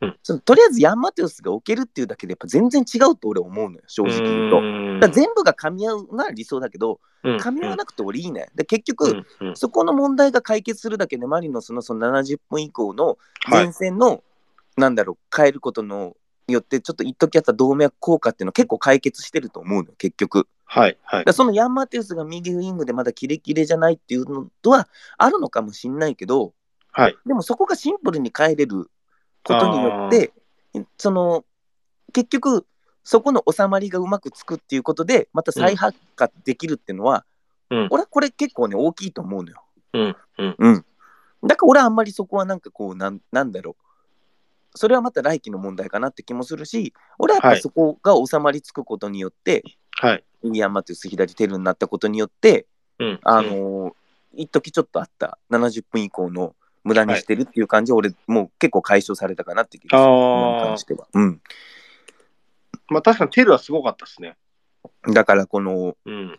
Speaker 2: うん
Speaker 3: そのとりあえずヤンマテウスが置けるっていうだけでやっぱ全然違うと俺思うのよ、正直言うと。だから全部が噛み合うのは理想だけど、
Speaker 2: うん
Speaker 3: 噛み合わなくて俺いいね。で、結
Speaker 2: う
Speaker 3: 局、
Speaker 2: んうん
Speaker 3: そこの問題が解決するだけでマリノスのその70分以降の
Speaker 2: はい
Speaker 3: 前線の、なんだろう変えることのよってちょっと一時あった動脈硬化っていうのは結構解決してると思うのよ結局
Speaker 2: はい。はい
Speaker 3: だか。らそのヤンマテウスが右ウイングでまだキレキレじゃないっていうのとはあるのかもしんないけど
Speaker 2: はい。
Speaker 3: でもそこがシンプルに変えれることによってその結局そこの収まりがうまくつくっていうことでまた再発火できるっていうのは、
Speaker 2: うん
Speaker 3: 俺はこれ結構ね大きいと思うのよ。
Speaker 2: うん。うん。
Speaker 3: うん。だから俺はあんまりそこはなんかこうなん、なんだろう。それはまた来期の問題かなって気もするし、俺はやっ
Speaker 2: は
Speaker 3: ぱ
Speaker 2: い
Speaker 3: そこが収まりつくことによって、
Speaker 2: はい。
Speaker 3: インディアンマテウス左テルになったことによって、
Speaker 2: うん。
Speaker 3: あのー一時ちょっとあった70分以降の無駄にしてるっていう感じは俺、もう結構解消されたかなって気がする。今に
Speaker 2: ああ
Speaker 3: 関し。ては。うん。
Speaker 2: まあ確かにテルはすごかったですね。
Speaker 3: だからこの、
Speaker 2: うん。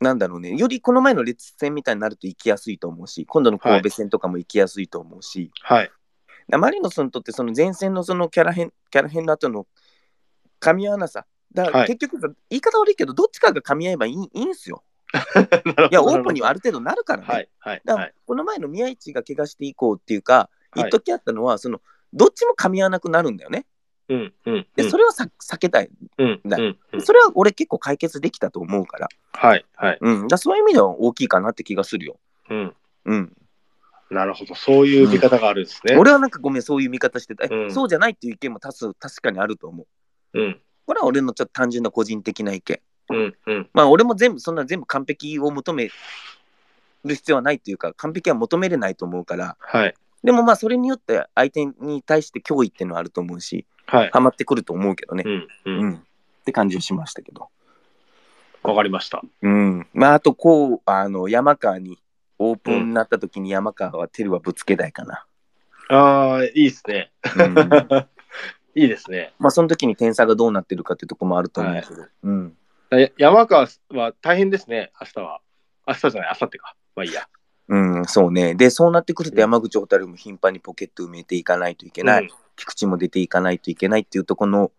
Speaker 3: なんだろうね、よりこの前の列戦みたいになると行きやすいと思うし、今度の神戸戦とかも行きやすいと思うし、
Speaker 2: はい。 (laughs)
Speaker 3: だマリノスにとってその前線のそのキャラ変キャラ変の後の噛み合わなさだから
Speaker 2: はい
Speaker 3: 結局さ、言い方悪いけどどっちかが噛み合えばいいいいんすよいやオープンにはある程度なるからね、
Speaker 2: はい。はい。
Speaker 3: だか
Speaker 2: は
Speaker 3: ら
Speaker 2: い。
Speaker 3: この前の宮市が怪我して以降っていうか
Speaker 2: はい
Speaker 3: 一時あったのはそのどっちも噛み合わなくなるんだよね
Speaker 2: うん。うん。
Speaker 3: でそれはさ避けたい
Speaker 2: うん。
Speaker 3: だ
Speaker 2: うん。うん
Speaker 3: それは俺結構解決できたと思うから,、
Speaker 2: はい。はい。
Speaker 3: うん、だからそういう意味では大きいかなって気がするよ、
Speaker 2: うん。
Speaker 3: うん、
Speaker 2: なるほど。そういう見方があるんですね。
Speaker 3: 俺はなんかごめんそういう見方してた、え
Speaker 2: うん
Speaker 3: そうじゃないっていう意見も多数確かにあると思う
Speaker 2: うん。
Speaker 3: これは俺のちょっと単純な個人的な意見
Speaker 2: うん。うん。
Speaker 3: まあ俺も全部そんな全部完璧を求める必要はないというか完璧は求めれないと思うから
Speaker 2: はい。
Speaker 3: でもまあそれによって相手に対して脅威っていうのはあると思うし
Speaker 2: はい。
Speaker 3: ハマってくると思うけどね
Speaker 2: う、ん。う
Speaker 3: うん
Speaker 2: ん。
Speaker 3: って感じはしましたけど、
Speaker 2: わかりました。
Speaker 3: うん、まああとこうあの山川にオープンになった時に山川はテルはぶつけたいかな、
Speaker 2: ああ、いいですね。
Speaker 3: (laughs) うん、ま
Speaker 2: いいですね。
Speaker 3: あその時に点差がどうなってるかっていうとこもあると思うけど、うん、
Speaker 2: や山川は大変ですね、明日は。明日じゃない、明後日か。まあいいや。
Speaker 3: うん、そうねでそうなってくると山口蛍も頻繁にポケット埋めていかないといけない、
Speaker 2: うん
Speaker 3: 菊池も出ていかないといけないっていうとこの、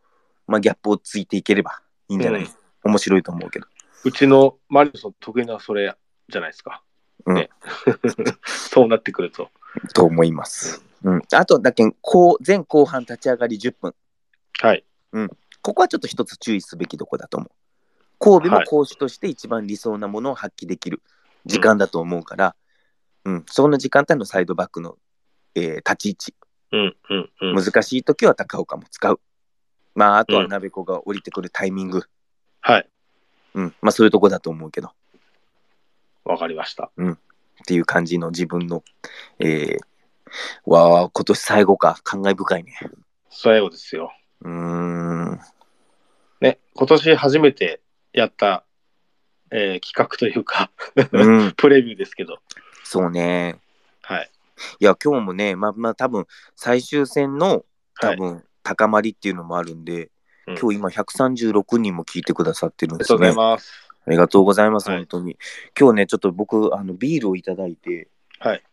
Speaker 3: まあ、ギャップをついていければいいんじゃない、
Speaker 2: うん
Speaker 3: 面白いと思うけど。
Speaker 2: うちのマリノスの得意なそれじゃないですか。
Speaker 3: うん
Speaker 2: ね (laughs) そうなってくると。
Speaker 3: と思います。うん、あとだけん後前後半立ち上がり10分
Speaker 2: はい。
Speaker 3: ここはちょっと一つ注意すべきとこだと思う。神戸も
Speaker 2: はい
Speaker 3: 講師として一番理想なものを発揮できる時間だと思うから、うん、その時間帯のサイドバックの、えー立ち
Speaker 2: うんうんう
Speaker 3: 位
Speaker 2: ん。
Speaker 3: 置、難しい時は高岡も使う。まあ、あと
Speaker 2: う
Speaker 3: は
Speaker 2: ん
Speaker 3: 鍋子が降りてくるタイミング、
Speaker 2: はい。
Speaker 3: うん、まあそういうとこだと思うけど、っ
Speaker 2: わかりました。
Speaker 3: ていう感じの自分の、えー、わあ、今年最後か、感慨深いね。
Speaker 2: 最後ですよ。
Speaker 3: うーん、
Speaker 2: ね、今年初めてやった、えー企画というか、
Speaker 3: うん、
Speaker 2: (laughs) プレビューですけど、
Speaker 3: そうね。
Speaker 2: はい。
Speaker 3: いや、今日もね、まあまあ多分、最終戦の
Speaker 2: は
Speaker 3: 多
Speaker 2: い、
Speaker 3: 分高まりっていうのもあるんで、
Speaker 2: うん
Speaker 3: 今日今136人も聞いてくださってるん
Speaker 2: ありが
Speaker 3: で
Speaker 2: と
Speaker 3: す
Speaker 2: うござ
Speaker 3: ね。
Speaker 2: います。
Speaker 3: ありがとうございます、
Speaker 2: はい
Speaker 3: 本当に。今日ね、ちょっと僕、あのビールをいただいて、
Speaker 2: はい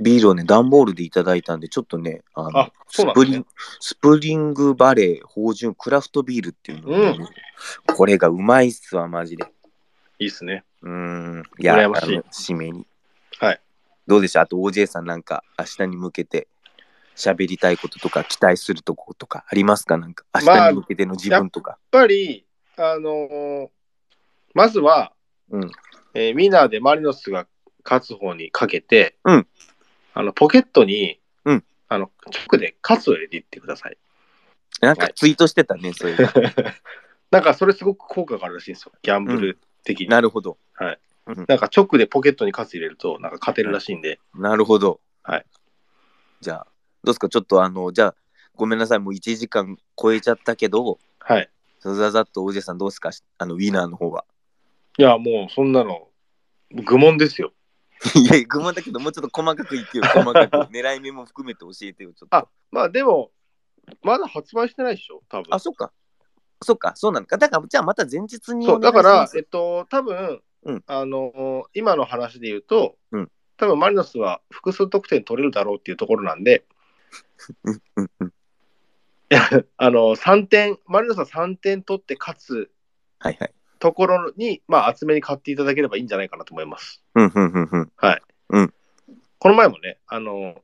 Speaker 3: ビールをね、段ボールでいただいたんで、ちょっとね、あの
Speaker 2: あそう
Speaker 3: ス
Speaker 2: なん
Speaker 3: プ
Speaker 2: ですね
Speaker 3: リンスプリングバレー芳醇クラフトビールっていうのをね、これがうまいっすわ、マジで。
Speaker 2: いいっすね。
Speaker 3: うーん、い
Speaker 2: 羨ましい
Speaker 3: あの締めに。
Speaker 2: はい。
Speaker 3: どうでしたあと OJ さんなんか明日に向けて喋りたいこととか期待するとことかありますかなんか明
Speaker 2: ま
Speaker 3: 日
Speaker 2: あ
Speaker 3: に向けての自分とか。
Speaker 2: やっぱり、あのーまずは、
Speaker 3: うん
Speaker 2: えーミナーでマリノスが勝つ方にかけて、
Speaker 3: うん
Speaker 2: あのポケットに、
Speaker 3: うん
Speaker 2: あの直で勝つを入れていってください。 (laughs)
Speaker 3: なんかツイートしてたね、そういう。
Speaker 2: なんかそれすごく効果があるらしいんですよ。ギャンブル的に。
Speaker 3: なるほど。
Speaker 2: なんか直でポケットに勝つ入れると、なんか勝てるらしいんで、
Speaker 3: なるほど。
Speaker 2: はい。
Speaker 3: じゃあ、どうですかちょっとあの、じゃあ、ごめんなさい。もう1時間超えちゃったけど、
Speaker 2: はい。
Speaker 3: ざざざっと OJ さんどうですかあの、ウィナーの方は。 (laughs)
Speaker 2: いや、もうそんなの、愚問ですよ。
Speaker 3: いや、愚問だけど、もうちょっと細かくいってよ。細
Speaker 2: (laughs)
Speaker 3: かく。狙い目も含めて教えてよ、ちょっと。
Speaker 2: あまあでも、まだ発売してないでしょ、多分。
Speaker 3: あ、そっか。そっか、そうなのか。だから、じゃあまた前日に
Speaker 2: そ
Speaker 3: お
Speaker 2: う、
Speaker 3: 願
Speaker 2: だ
Speaker 3: いしま
Speaker 2: か
Speaker 3: す。
Speaker 2: ら、えっと、多分、
Speaker 3: うん
Speaker 2: あの、今の話で言うと、
Speaker 3: うん
Speaker 2: 多分マリノスは複数得点取れるだろうっていうところなんで、
Speaker 3: うんうんうん
Speaker 2: あの、3点、マリノスは3点取って勝つ
Speaker 3: はいはい。
Speaker 2: ところに、まあ、厚めに買っていただければいいんじゃないかなと思います。
Speaker 3: うんうんうんうん。
Speaker 2: この前もね、あの、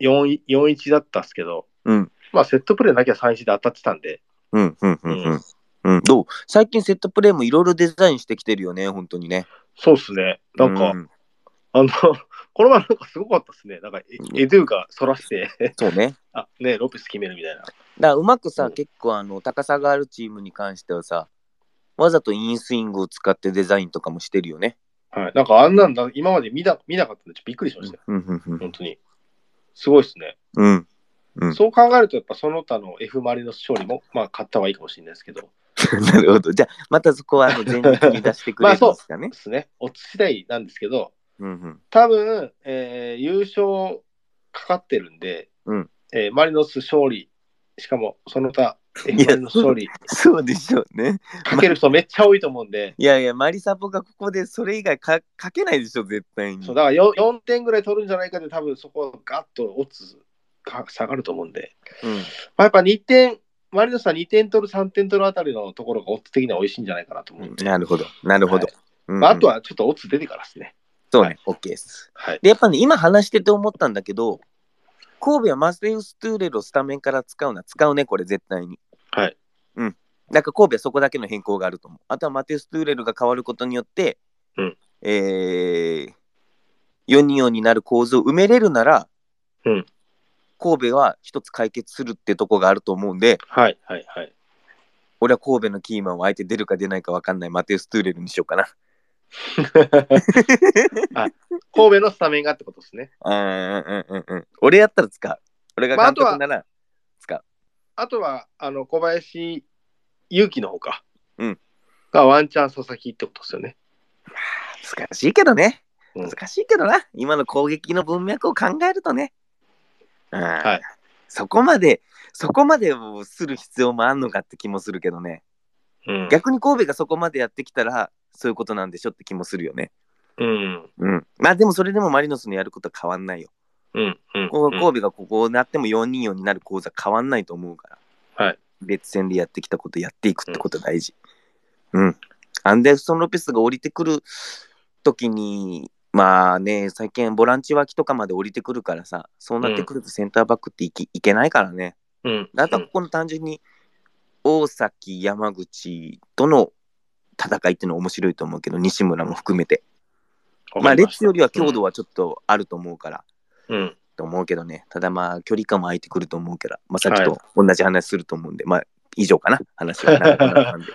Speaker 2: 4-1 4-1だったんですけど、
Speaker 3: うん
Speaker 2: まあ、セットプレーなきゃ3-1で当たってたんで、
Speaker 3: うんうんうんうん。うん、どう最近セットプレーもいろいろデザインしてきてるよね、本当にね。
Speaker 2: そうっすね。なんか、
Speaker 3: うん
Speaker 2: あの、 (laughs) この前なんかすごかったっすね。なんか、エエドゥが反らして、 (laughs)
Speaker 3: そうね。
Speaker 2: あ、ね、ロペス決めるみたいな。
Speaker 3: だからうまくさ、
Speaker 2: うん
Speaker 3: 結構あの高さがあるチームに関してはさ、わざとインスイングを使ってデザインとかもしてるよね。
Speaker 2: はい、なんかあんなんだ、今まで見た見なかったんで、ちょっとびっくりしましたよ、
Speaker 3: うんうんうん
Speaker 2: 本当に。すごいですね。
Speaker 3: うん。 (laughs) うん
Speaker 2: そう考えると、やっぱその他の F ・マリノス勝利も、まあ、買った方がいいかもしれないですけど、で
Speaker 3: なるほど。じゃあ、またそこはあの前日に出してくれるんですかね。
Speaker 2: すね、オッズ次第なんですけど、
Speaker 3: うんうん
Speaker 2: 多分、えー優勝かかってるんで、
Speaker 3: うん
Speaker 2: えーマリノス勝利、しかもその他 F ・
Speaker 3: いや
Speaker 2: マリノス勝利、
Speaker 3: そうでしょうね。
Speaker 2: かける人めっちゃ多いと思うんで、
Speaker 3: いやいや、マリサポがここでそれ以外か書けないでしょ、絶対に。
Speaker 2: そうだから 4, 4点ぐらい取るんじゃないかで、多分そこガッとオッズが下がると思うんで。
Speaker 3: うん
Speaker 2: まあ、やっぱ2点、マリノスは2点取る、3点取るあたりのところがオッズ的には美味しいんじゃないかなと思うんで、
Speaker 3: なるほど、なるほど。
Speaker 2: はい
Speaker 3: うん
Speaker 2: まあ、あと
Speaker 3: は、
Speaker 2: はちょっとオッズ出てからですね。
Speaker 3: そうね
Speaker 2: はい、
Speaker 3: OK です。
Speaker 2: はい。
Speaker 3: で、やっぱね、今話してて思ったんだけど、神戸はマステウス・トゥーレルをスタメンから使うな、使うね、これ絶対に。
Speaker 2: はい。
Speaker 3: うん。なんか神戸はそこだけの変更があると思う。あとはマテウス・トゥーレルが変わることによって、
Speaker 2: うん
Speaker 3: えー、4人4になる構図を埋めれるなら、
Speaker 2: うん
Speaker 3: 神戸は一つ解決するってとこがあると思うんで、
Speaker 2: はい、はい、
Speaker 3: (laughs)
Speaker 2: はい。
Speaker 3: 俺は神戸のキーマンを相手出るか出ないか分かんないマテウス・トゥーレルにしようかな。
Speaker 2: 神戸のスタメンがってことですね。
Speaker 3: うんうんうんうん。俺やったら使う。俺が監督なら、
Speaker 2: あとは、あの、小林勇輝の方か。
Speaker 3: うん。
Speaker 2: がワンチャン佐々木ってことですよね。
Speaker 3: 難しいけどね。
Speaker 2: うん
Speaker 3: 難しいけどな。今の攻撃の文脈を考えるとね。うん。
Speaker 2: はい
Speaker 3: そこまで、そこまでをする必要もあんのかって気もするけどね。
Speaker 2: うん。
Speaker 3: 逆に神戸がそこまでやってきたら、そういうことなんでしょって気もするよね。
Speaker 2: うん。
Speaker 3: うん。まあでもそれでもマリノスのやることは変わんないよ。
Speaker 2: うん。うん。
Speaker 3: こう
Speaker 2: うん
Speaker 3: 神戸がここをなっても4人4になる構図は変わんないと思うから、
Speaker 2: はい
Speaker 3: 別戦でやってきたことやっていくってこと大事。うん。アンデルソン・ロペスが降りてくる時に、まあね、最近ボランチ脇とかまで降りてくるからさ、そうなってくるとセンターバックっていきいけないからね。
Speaker 2: うん。
Speaker 3: だからここの単純に大崎山口との戦いっていうのは面白いと思うけど西村も含めて
Speaker 2: うん
Speaker 3: まあレッツよりは強度はちょっとあると思うから、
Speaker 2: うん。
Speaker 3: と思うけどねただまあ距離感も空いてくると思うから、まあ、さっき
Speaker 2: は
Speaker 3: と同じ話すると思うんで、まあ以上かな話は長く
Speaker 2: (laughs)
Speaker 3: なったんで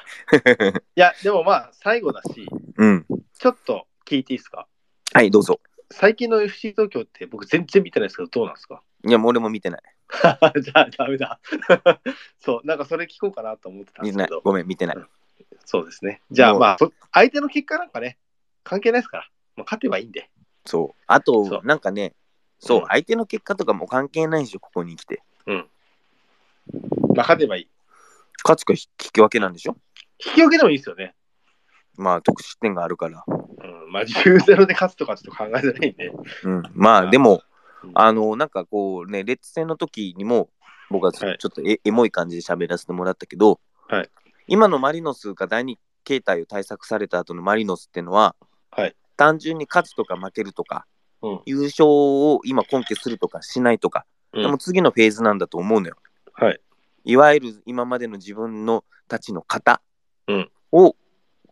Speaker 2: いや、でもまあ、最後だし、
Speaker 3: うん
Speaker 2: ちょっと聞いていいですか
Speaker 3: はいどうぞ
Speaker 2: 最近の FC 東京って僕全然見てないですけど、どうなんですか
Speaker 3: いやもう俺も見てない
Speaker 2: (laughs) じゃあ、ダメだ。 (laughs) そう、なんかそれ聞こうかなと思ってたん
Speaker 3: 見
Speaker 2: です
Speaker 3: てな
Speaker 2: け
Speaker 3: い
Speaker 2: ど、
Speaker 3: ごめん見てない
Speaker 2: そうですね。じゃ
Speaker 3: も
Speaker 2: あ
Speaker 3: う
Speaker 2: まあ、そ相手の結果なんかね、関係ないですから、まあ、勝てばいいんで。
Speaker 3: そうあと
Speaker 2: そう
Speaker 3: なんかねそう、
Speaker 2: うん
Speaker 3: 相手の結果とかも関係ないでしょここに来て
Speaker 2: まあ、勝てばいい。
Speaker 3: 勝つか引き分けなんでしょ
Speaker 2: 引き分けでもいいですよね。
Speaker 3: まあ得失点があるから
Speaker 2: うん、まあ、10-0で勝つとかちょっと考えづらいんで。
Speaker 3: うん、ま
Speaker 2: あ
Speaker 3: あでも
Speaker 2: うん、
Speaker 3: あの、なんかこうね、レッツ戦の時にも、僕はちょ,、
Speaker 2: はい
Speaker 3: ちょっとエエモい感じで喋らせてもらったけど、
Speaker 2: はい
Speaker 3: 今のマリノスが第二形態を対策された後のマリノスっていうのは、
Speaker 2: はい
Speaker 3: 単純に勝つとか負けるとか、
Speaker 2: うん
Speaker 3: 優勝を今根拠するとかしないとか、
Speaker 2: うん
Speaker 3: でも次のフェーズなんだと思うのよ。
Speaker 2: はい。
Speaker 3: いわゆる今までの自分のたちの型
Speaker 2: うん
Speaker 3: を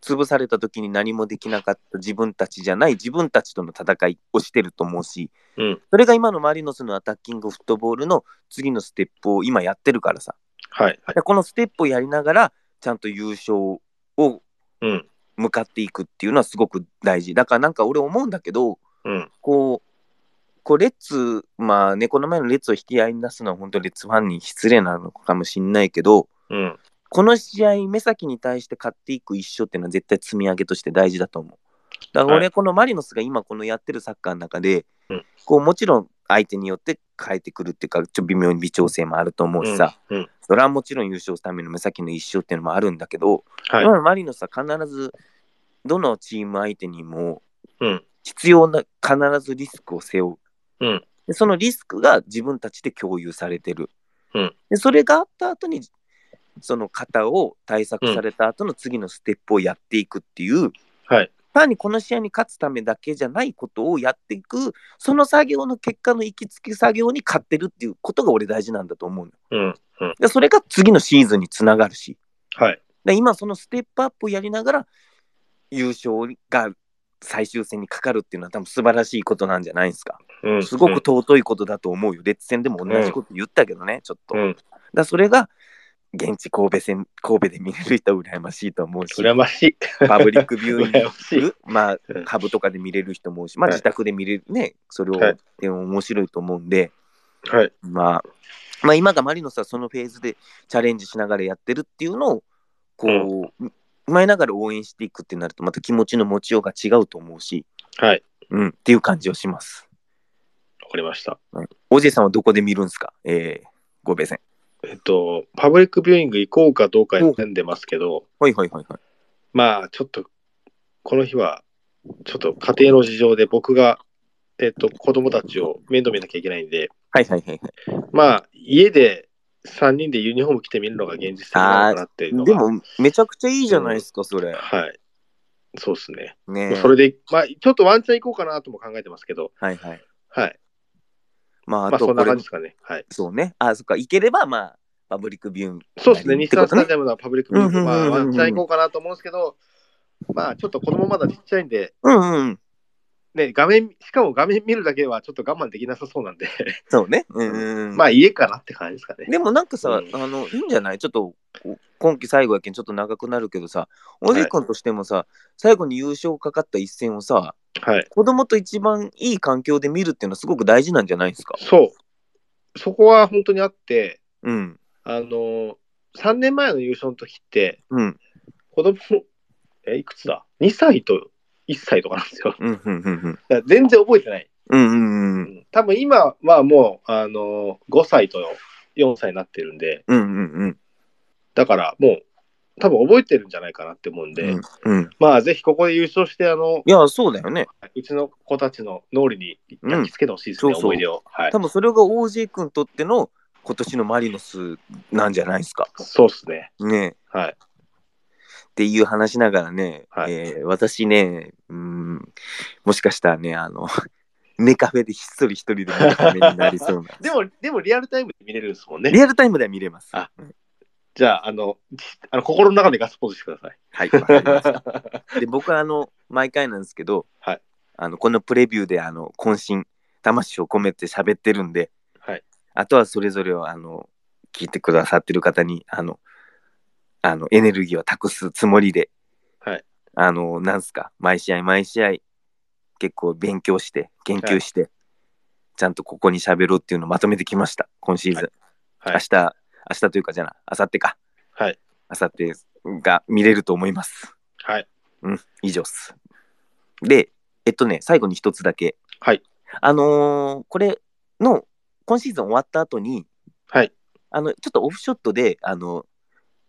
Speaker 3: 潰された時に何もできなかった自分たちじゃない自分たちとの戦いをしてると思うし、
Speaker 2: うん
Speaker 3: それが今のマリノスのアタッキングフットボールの次のステップを今やってるからさ、
Speaker 2: はい、はい。
Speaker 3: でこのステップをやりながらちゃんと優勝を
Speaker 2: うん、
Speaker 3: 向かっていくっていうのはすごく大事だからなんか俺思うんだけど
Speaker 2: うん、
Speaker 3: こうこうレッツまあねこの前のレッツを引き合いに出すのは本当レッツファンに失礼なのかもしんないけど
Speaker 2: うん。
Speaker 3: この試合目先に対して勝っていく一勝っていうのは絶対積み上げとして大事だと思う。だから
Speaker 2: は
Speaker 3: 俺このマリノスが今このやってるサッカーの中で、
Speaker 2: うん
Speaker 3: こうもちろん相手によって変えてくるっていうかちょっと微妙に微調整もあると思うしさ、
Speaker 2: うん、
Speaker 3: それはもちろん優勝するための目先の一勝っていうのもあるんだけど、
Speaker 2: はい
Speaker 3: 今のマリノスは必ずどのチーム相手にも
Speaker 2: うん、
Speaker 3: 必要な必ずリスクを背負う、
Speaker 2: うん
Speaker 3: でそのリスクが自分たちで共有されてる、
Speaker 2: うん
Speaker 3: でそれがあった後にその型を対策された後の次のステップをやっていくっていう、
Speaker 2: はい。
Speaker 3: 単にこの試合に勝つためだけじゃないことをやっていくその作業の結果の行き着き作業に勝ってるっていうことが俺大事なんだと思うの
Speaker 2: うん、うん。
Speaker 3: でそれが次のシーズンにつながるし
Speaker 2: はい。
Speaker 3: で今そのステップアップをやりながら優勝が最終戦にかかるっていうのは多分素晴らしいことなんじゃないですか。
Speaker 2: うん、
Speaker 3: すごく尊いことだと思うよ。レッツ戦でも同じこと言ったけどね、ちょっと。
Speaker 2: うん、うん。
Speaker 3: だそれが現地神戸戦、神戸で見れる人は羨ましいと思うし、
Speaker 2: 羨ましい。
Speaker 3: パブリックビューイ
Speaker 2: (laughs)
Speaker 3: ン
Speaker 2: 羨ましい。
Speaker 3: グ、まあ
Speaker 2: うん、
Speaker 3: 株とかで見れる人も多いし、まあ、
Speaker 2: はい
Speaker 3: 自宅で見れるね、それを、
Speaker 2: はい
Speaker 3: でも面白いと思うんで、
Speaker 2: はい。
Speaker 3: まあ、まあ、今がマリノスはそのフェーズでチャレンジしながらやってるっていうのを、こう、踏まえながら応援していくってなると、また気持ちの持ちようが違うと思うし、
Speaker 2: はい。
Speaker 3: うん、っていう感じをします。
Speaker 2: わかりました。
Speaker 3: おじいさんはどこで見るんですかえー、ごべ戦。
Speaker 2: えっと、パブリックビューイング行こうかどうか悩んでますけど、
Speaker 3: はいはいはいはい。
Speaker 2: まあ、ちょっと、この日は、ちょっと家庭の事情で僕が、えっと、子供たちを面倒見なきゃいけないんで、
Speaker 3: はいはいはいはい。
Speaker 2: まあ、家で3人でユニフォーム着てみるのが現実的なのかなっていうの
Speaker 3: で
Speaker 2: が、
Speaker 3: も、めちゃくちゃいいじゃないですか、それ。
Speaker 2: はい。そうですね。
Speaker 3: ね
Speaker 2: まあそれで、まあ、ちょっとワンチャン行こうかなとも考えてますけど、
Speaker 3: はいはい。
Speaker 2: はい。
Speaker 3: まあ、
Speaker 2: ま
Speaker 3: あ
Speaker 2: あ、そ
Speaker 3: と
Speaker 2: ん
Speaker 3: こ
Speaker 2: な
Speaker 3: れ
Speaker 2: 感じ、ですかね。はい。
Speaker 3: そうね。あ、そっか、いければ、まあ、パブリックビューイング
Speaker 2: そうですね、日
Speaker 3: ってこ
Speaker 2: 産ス
Speaker 3: と
Speaker 2: タ
Speaker 3: ね
Speaker 2: ジアムのパブリックビューイング、
Speaker 3: うんうん
Speaker 2: ま
Speaker 3: う
Speaker 2: あ、
Speaker 3: んうんうん
Speaker 2: ワンチャン行こうかなと思うんですけど、まあ、ちょっと子供まだちっちゃいんで、
Speaker 3: うんうん。
Speaker 2: ね、画面、しかも画面見るだけはちょっと我慢できなさそうなんで、
Speaker 3: そうね。うんうんうん。
Speaker 2: まあ、家かなって感じですかね。
Speaker 3: でもなんかさ、
Speaker 2: うん
Speaker 3: あのいいんじゃないちょっとこ今季最後やけんちょっと長くなるけどさおじい君としてもさ、最後に優勝かかった一戦をさ
Speaker 2: はい。
Speaker 3: 子供と一番いい環境で見るっていうのはすごく大事なんじゃないですか
Speaker 2: そう。そこは本当にあって、
Speaker 3: うん
Speaker 2: あの、3年前の優勝の時って、
Speaker 3: うん
Speaker 2: 子供、え、いくつだ ?2 歳と1歳とかなんですよ。 (laughs)
Speaker 3: うんうんうん
Speaker 2: だから全然覚えてない。
Speaker 3: うんうんうんうん
Speaker 2: 多分今はもう、あの、5歳と4歳になってるんで、
Speaker 3: うんうんうん
Speaker 2: だからもう、多分覚えてるんじゃないかなって思うんで、
Speaker 3: うんうん
Speaker 2: まあ、ぜひここで優勝して、あの、
Speaker 3: いやそうだよね
Speaker 2: うちの子たちの脳裏に焼き付けてほしいです
Speaker 3: う
Speaker 2: ね、
Speaker 3: んそうそう
Speaker 2: 思い出を。はい
Speaker 3: 多。分それが OJ 君にとっての今年のマリノスなんじゃないですか
Speaker 2: そうっすね。
Speaker 3: ね
Speaker 2: はい。
Speaker 3: っていう話しながらね、
Speaker 2: はい。
Speaker 3: えー私ね、うーん、もしかしたらね、あの、 (laughs) メカフェでひっそり一人で見るためになりそうな
Speaker 2: でも、でもリアルタイムで見れるんですもんね。
Speaker 3: リアルタイムでは見れます。
Speaker 2: あじゃあ、あの、ちあの心の中でガッツポーズしてください。
Speaker 3: はい、わかりました。で、僕はあの、毎回なんですけど、
Speaker 2: はい
Speaker 3: あのこのプレビューであの渾身、魂を込めて喋ってるんで、
Speaker 2: はい
Speaker 3: あとはそれぞれをあの聞いてくださってる方にあのあのエネルギーを託すつもりで、
Speaker 2: はい
Speaker 3: あの、なんすか、毎試合毎試合、結構勉強して、研究して、ちゃんとここに喋ろうっていうのをまとめてきました、今シーズン。
Speaker 2: はい
Speaker 3: 明日、明日というかじゃない、明後日か。
Speaker 2: はい。
Speaker 3: 明後日が見れると思います。
Speaker 2: はい。
Speaker 3: うん、以上っす。で、えっとね、最後に一つだけ。
Speaker 2: はい。
Speaker 3: あのーこれの、今シーズン終わった後に、
Speaker 2: はい。
Speaker 3: あの、ちょっとオフショットで、あの、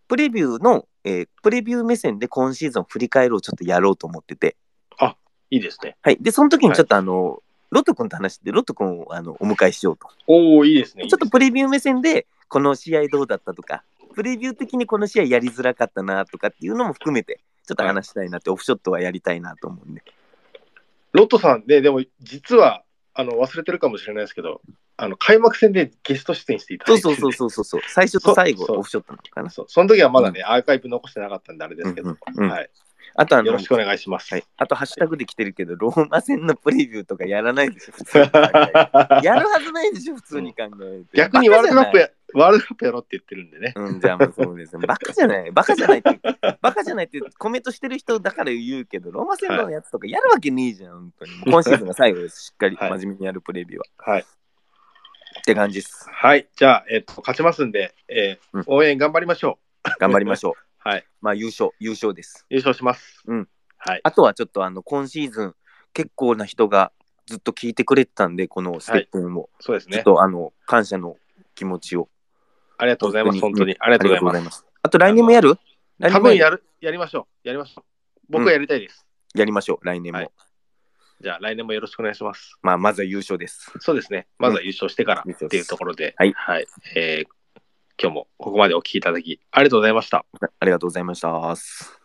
Speaker 3: プレビューの、えープレビュー目線で今シーズンを振り返るをちょっとやろうと思ってて、
Speaker 2: いいですね。
Speaker 3: はい。で、その時にちょっとあの、ロト君と話して、ロト君をあのお迎えしようと。
Speaker 2: おおいいですね。
Speaker 3: ちょっとプレビュー目線で、この試合どうだったとか、プレビュー的にこの試合やりづらかったなとかっていうのも含めて、ちょっと話したいなって、オフショットはやりたいなと思うんで。
Speaker 2: ロットさんね、でも実はあの忘れてるかもしれないですけど、あの開幕戦でゲスト出演していただ
Speaker 3: そ
Speaker 2: いうて、
Speaker 3: そうそうそうそうそう、最初と最
Speaker 2: そ
Speaker 3: 後、
Speaker 2: うそう
Speaker 3: オフショットなのかな。
Speaker 2: そうその時はまだね、アーカイブ残してなかったんであれですけど、
Speaker 3: うんうんうん
Speaker 2: はい、
Speaker 3: あとあ
Speaker 2: よ
Speaker 3: の
Speaker 2: ろし、くお願いします。
Speaker 3: はい、あとハッシュタグで来てるけど、ローマ戦のプレビューとかやらないでし
Speaker 2: (laughs)
Speaker 3: ょ、普通に考えてやるはずないでしょ、普通に考えて。
Speaker 2: 逆にワールドカップ
Speaker 3: や。
Speaker 2: やワールドカップやろうって言ってるんでね。
Speaker 3: うん、じゃあもうそうですね。バカじゃない、バカじゃないって、バカじゃないってコメントしてる人だから言うけど、ローマ戦のやつとかやるわけねえじゃん、本当に。もう今シーズンが最後です、しっかり
Speaker 2: はい
Speaker 3: 真面目にやるプレビューは。
Speaker 2: はい、
Speaker 3: って感じです。
Speaker 2: はい、じゃあ、えっと勝ちますんで、えー
Speaker 3: うん
Speaker 2: 応援頑張りましょ
Speaker 3: 頑張りましょ
Speaker 2: う。
Speaker 3: う。
Speaker 2: はい、
Speaker 3: まあ優勝、優勝です。
Speaker 2: 優勝します。
Speaker 3: うん
Speaker 2: はい、
Speaker 3: あとはちょっとあの今シーズン、結構な人がずっと聞いてくれてたんで、このステップも、
Speaker 2: そうです
Speaker 3: ちょっ
Speaker 2: ね。
Speaker 3: とあの感謝の気持ちを。
Speaker 2: ありがとうございます。本当にありが
Speaker 3: あ
Speaker 2: とうございます。
Speaker 3: います。あと来年もやる来
Speaker 2: 多
Speaker 3: 年も
Speaker 2: 分
Speaker 3: や
Speaker 2: や
Speaker 3: る
Speaker 2: るやりましょう。やりましょう。僕はやりたいです。
Speaker 3: やりましょう、来年も。
Speaker 2: はいじゃあ来年もよろしくお願いします。
Speaker 3: まあまずは優勝です。
Speaker 2: そうですね。まずは優勝してから
Speaker 3: うん
Speaker 2: っていうところで、
Speaker 3: はい
Speaker 2: えー今日もここまでお聞きいただきありがとうございました。
Speaker 3: ありがとうございました。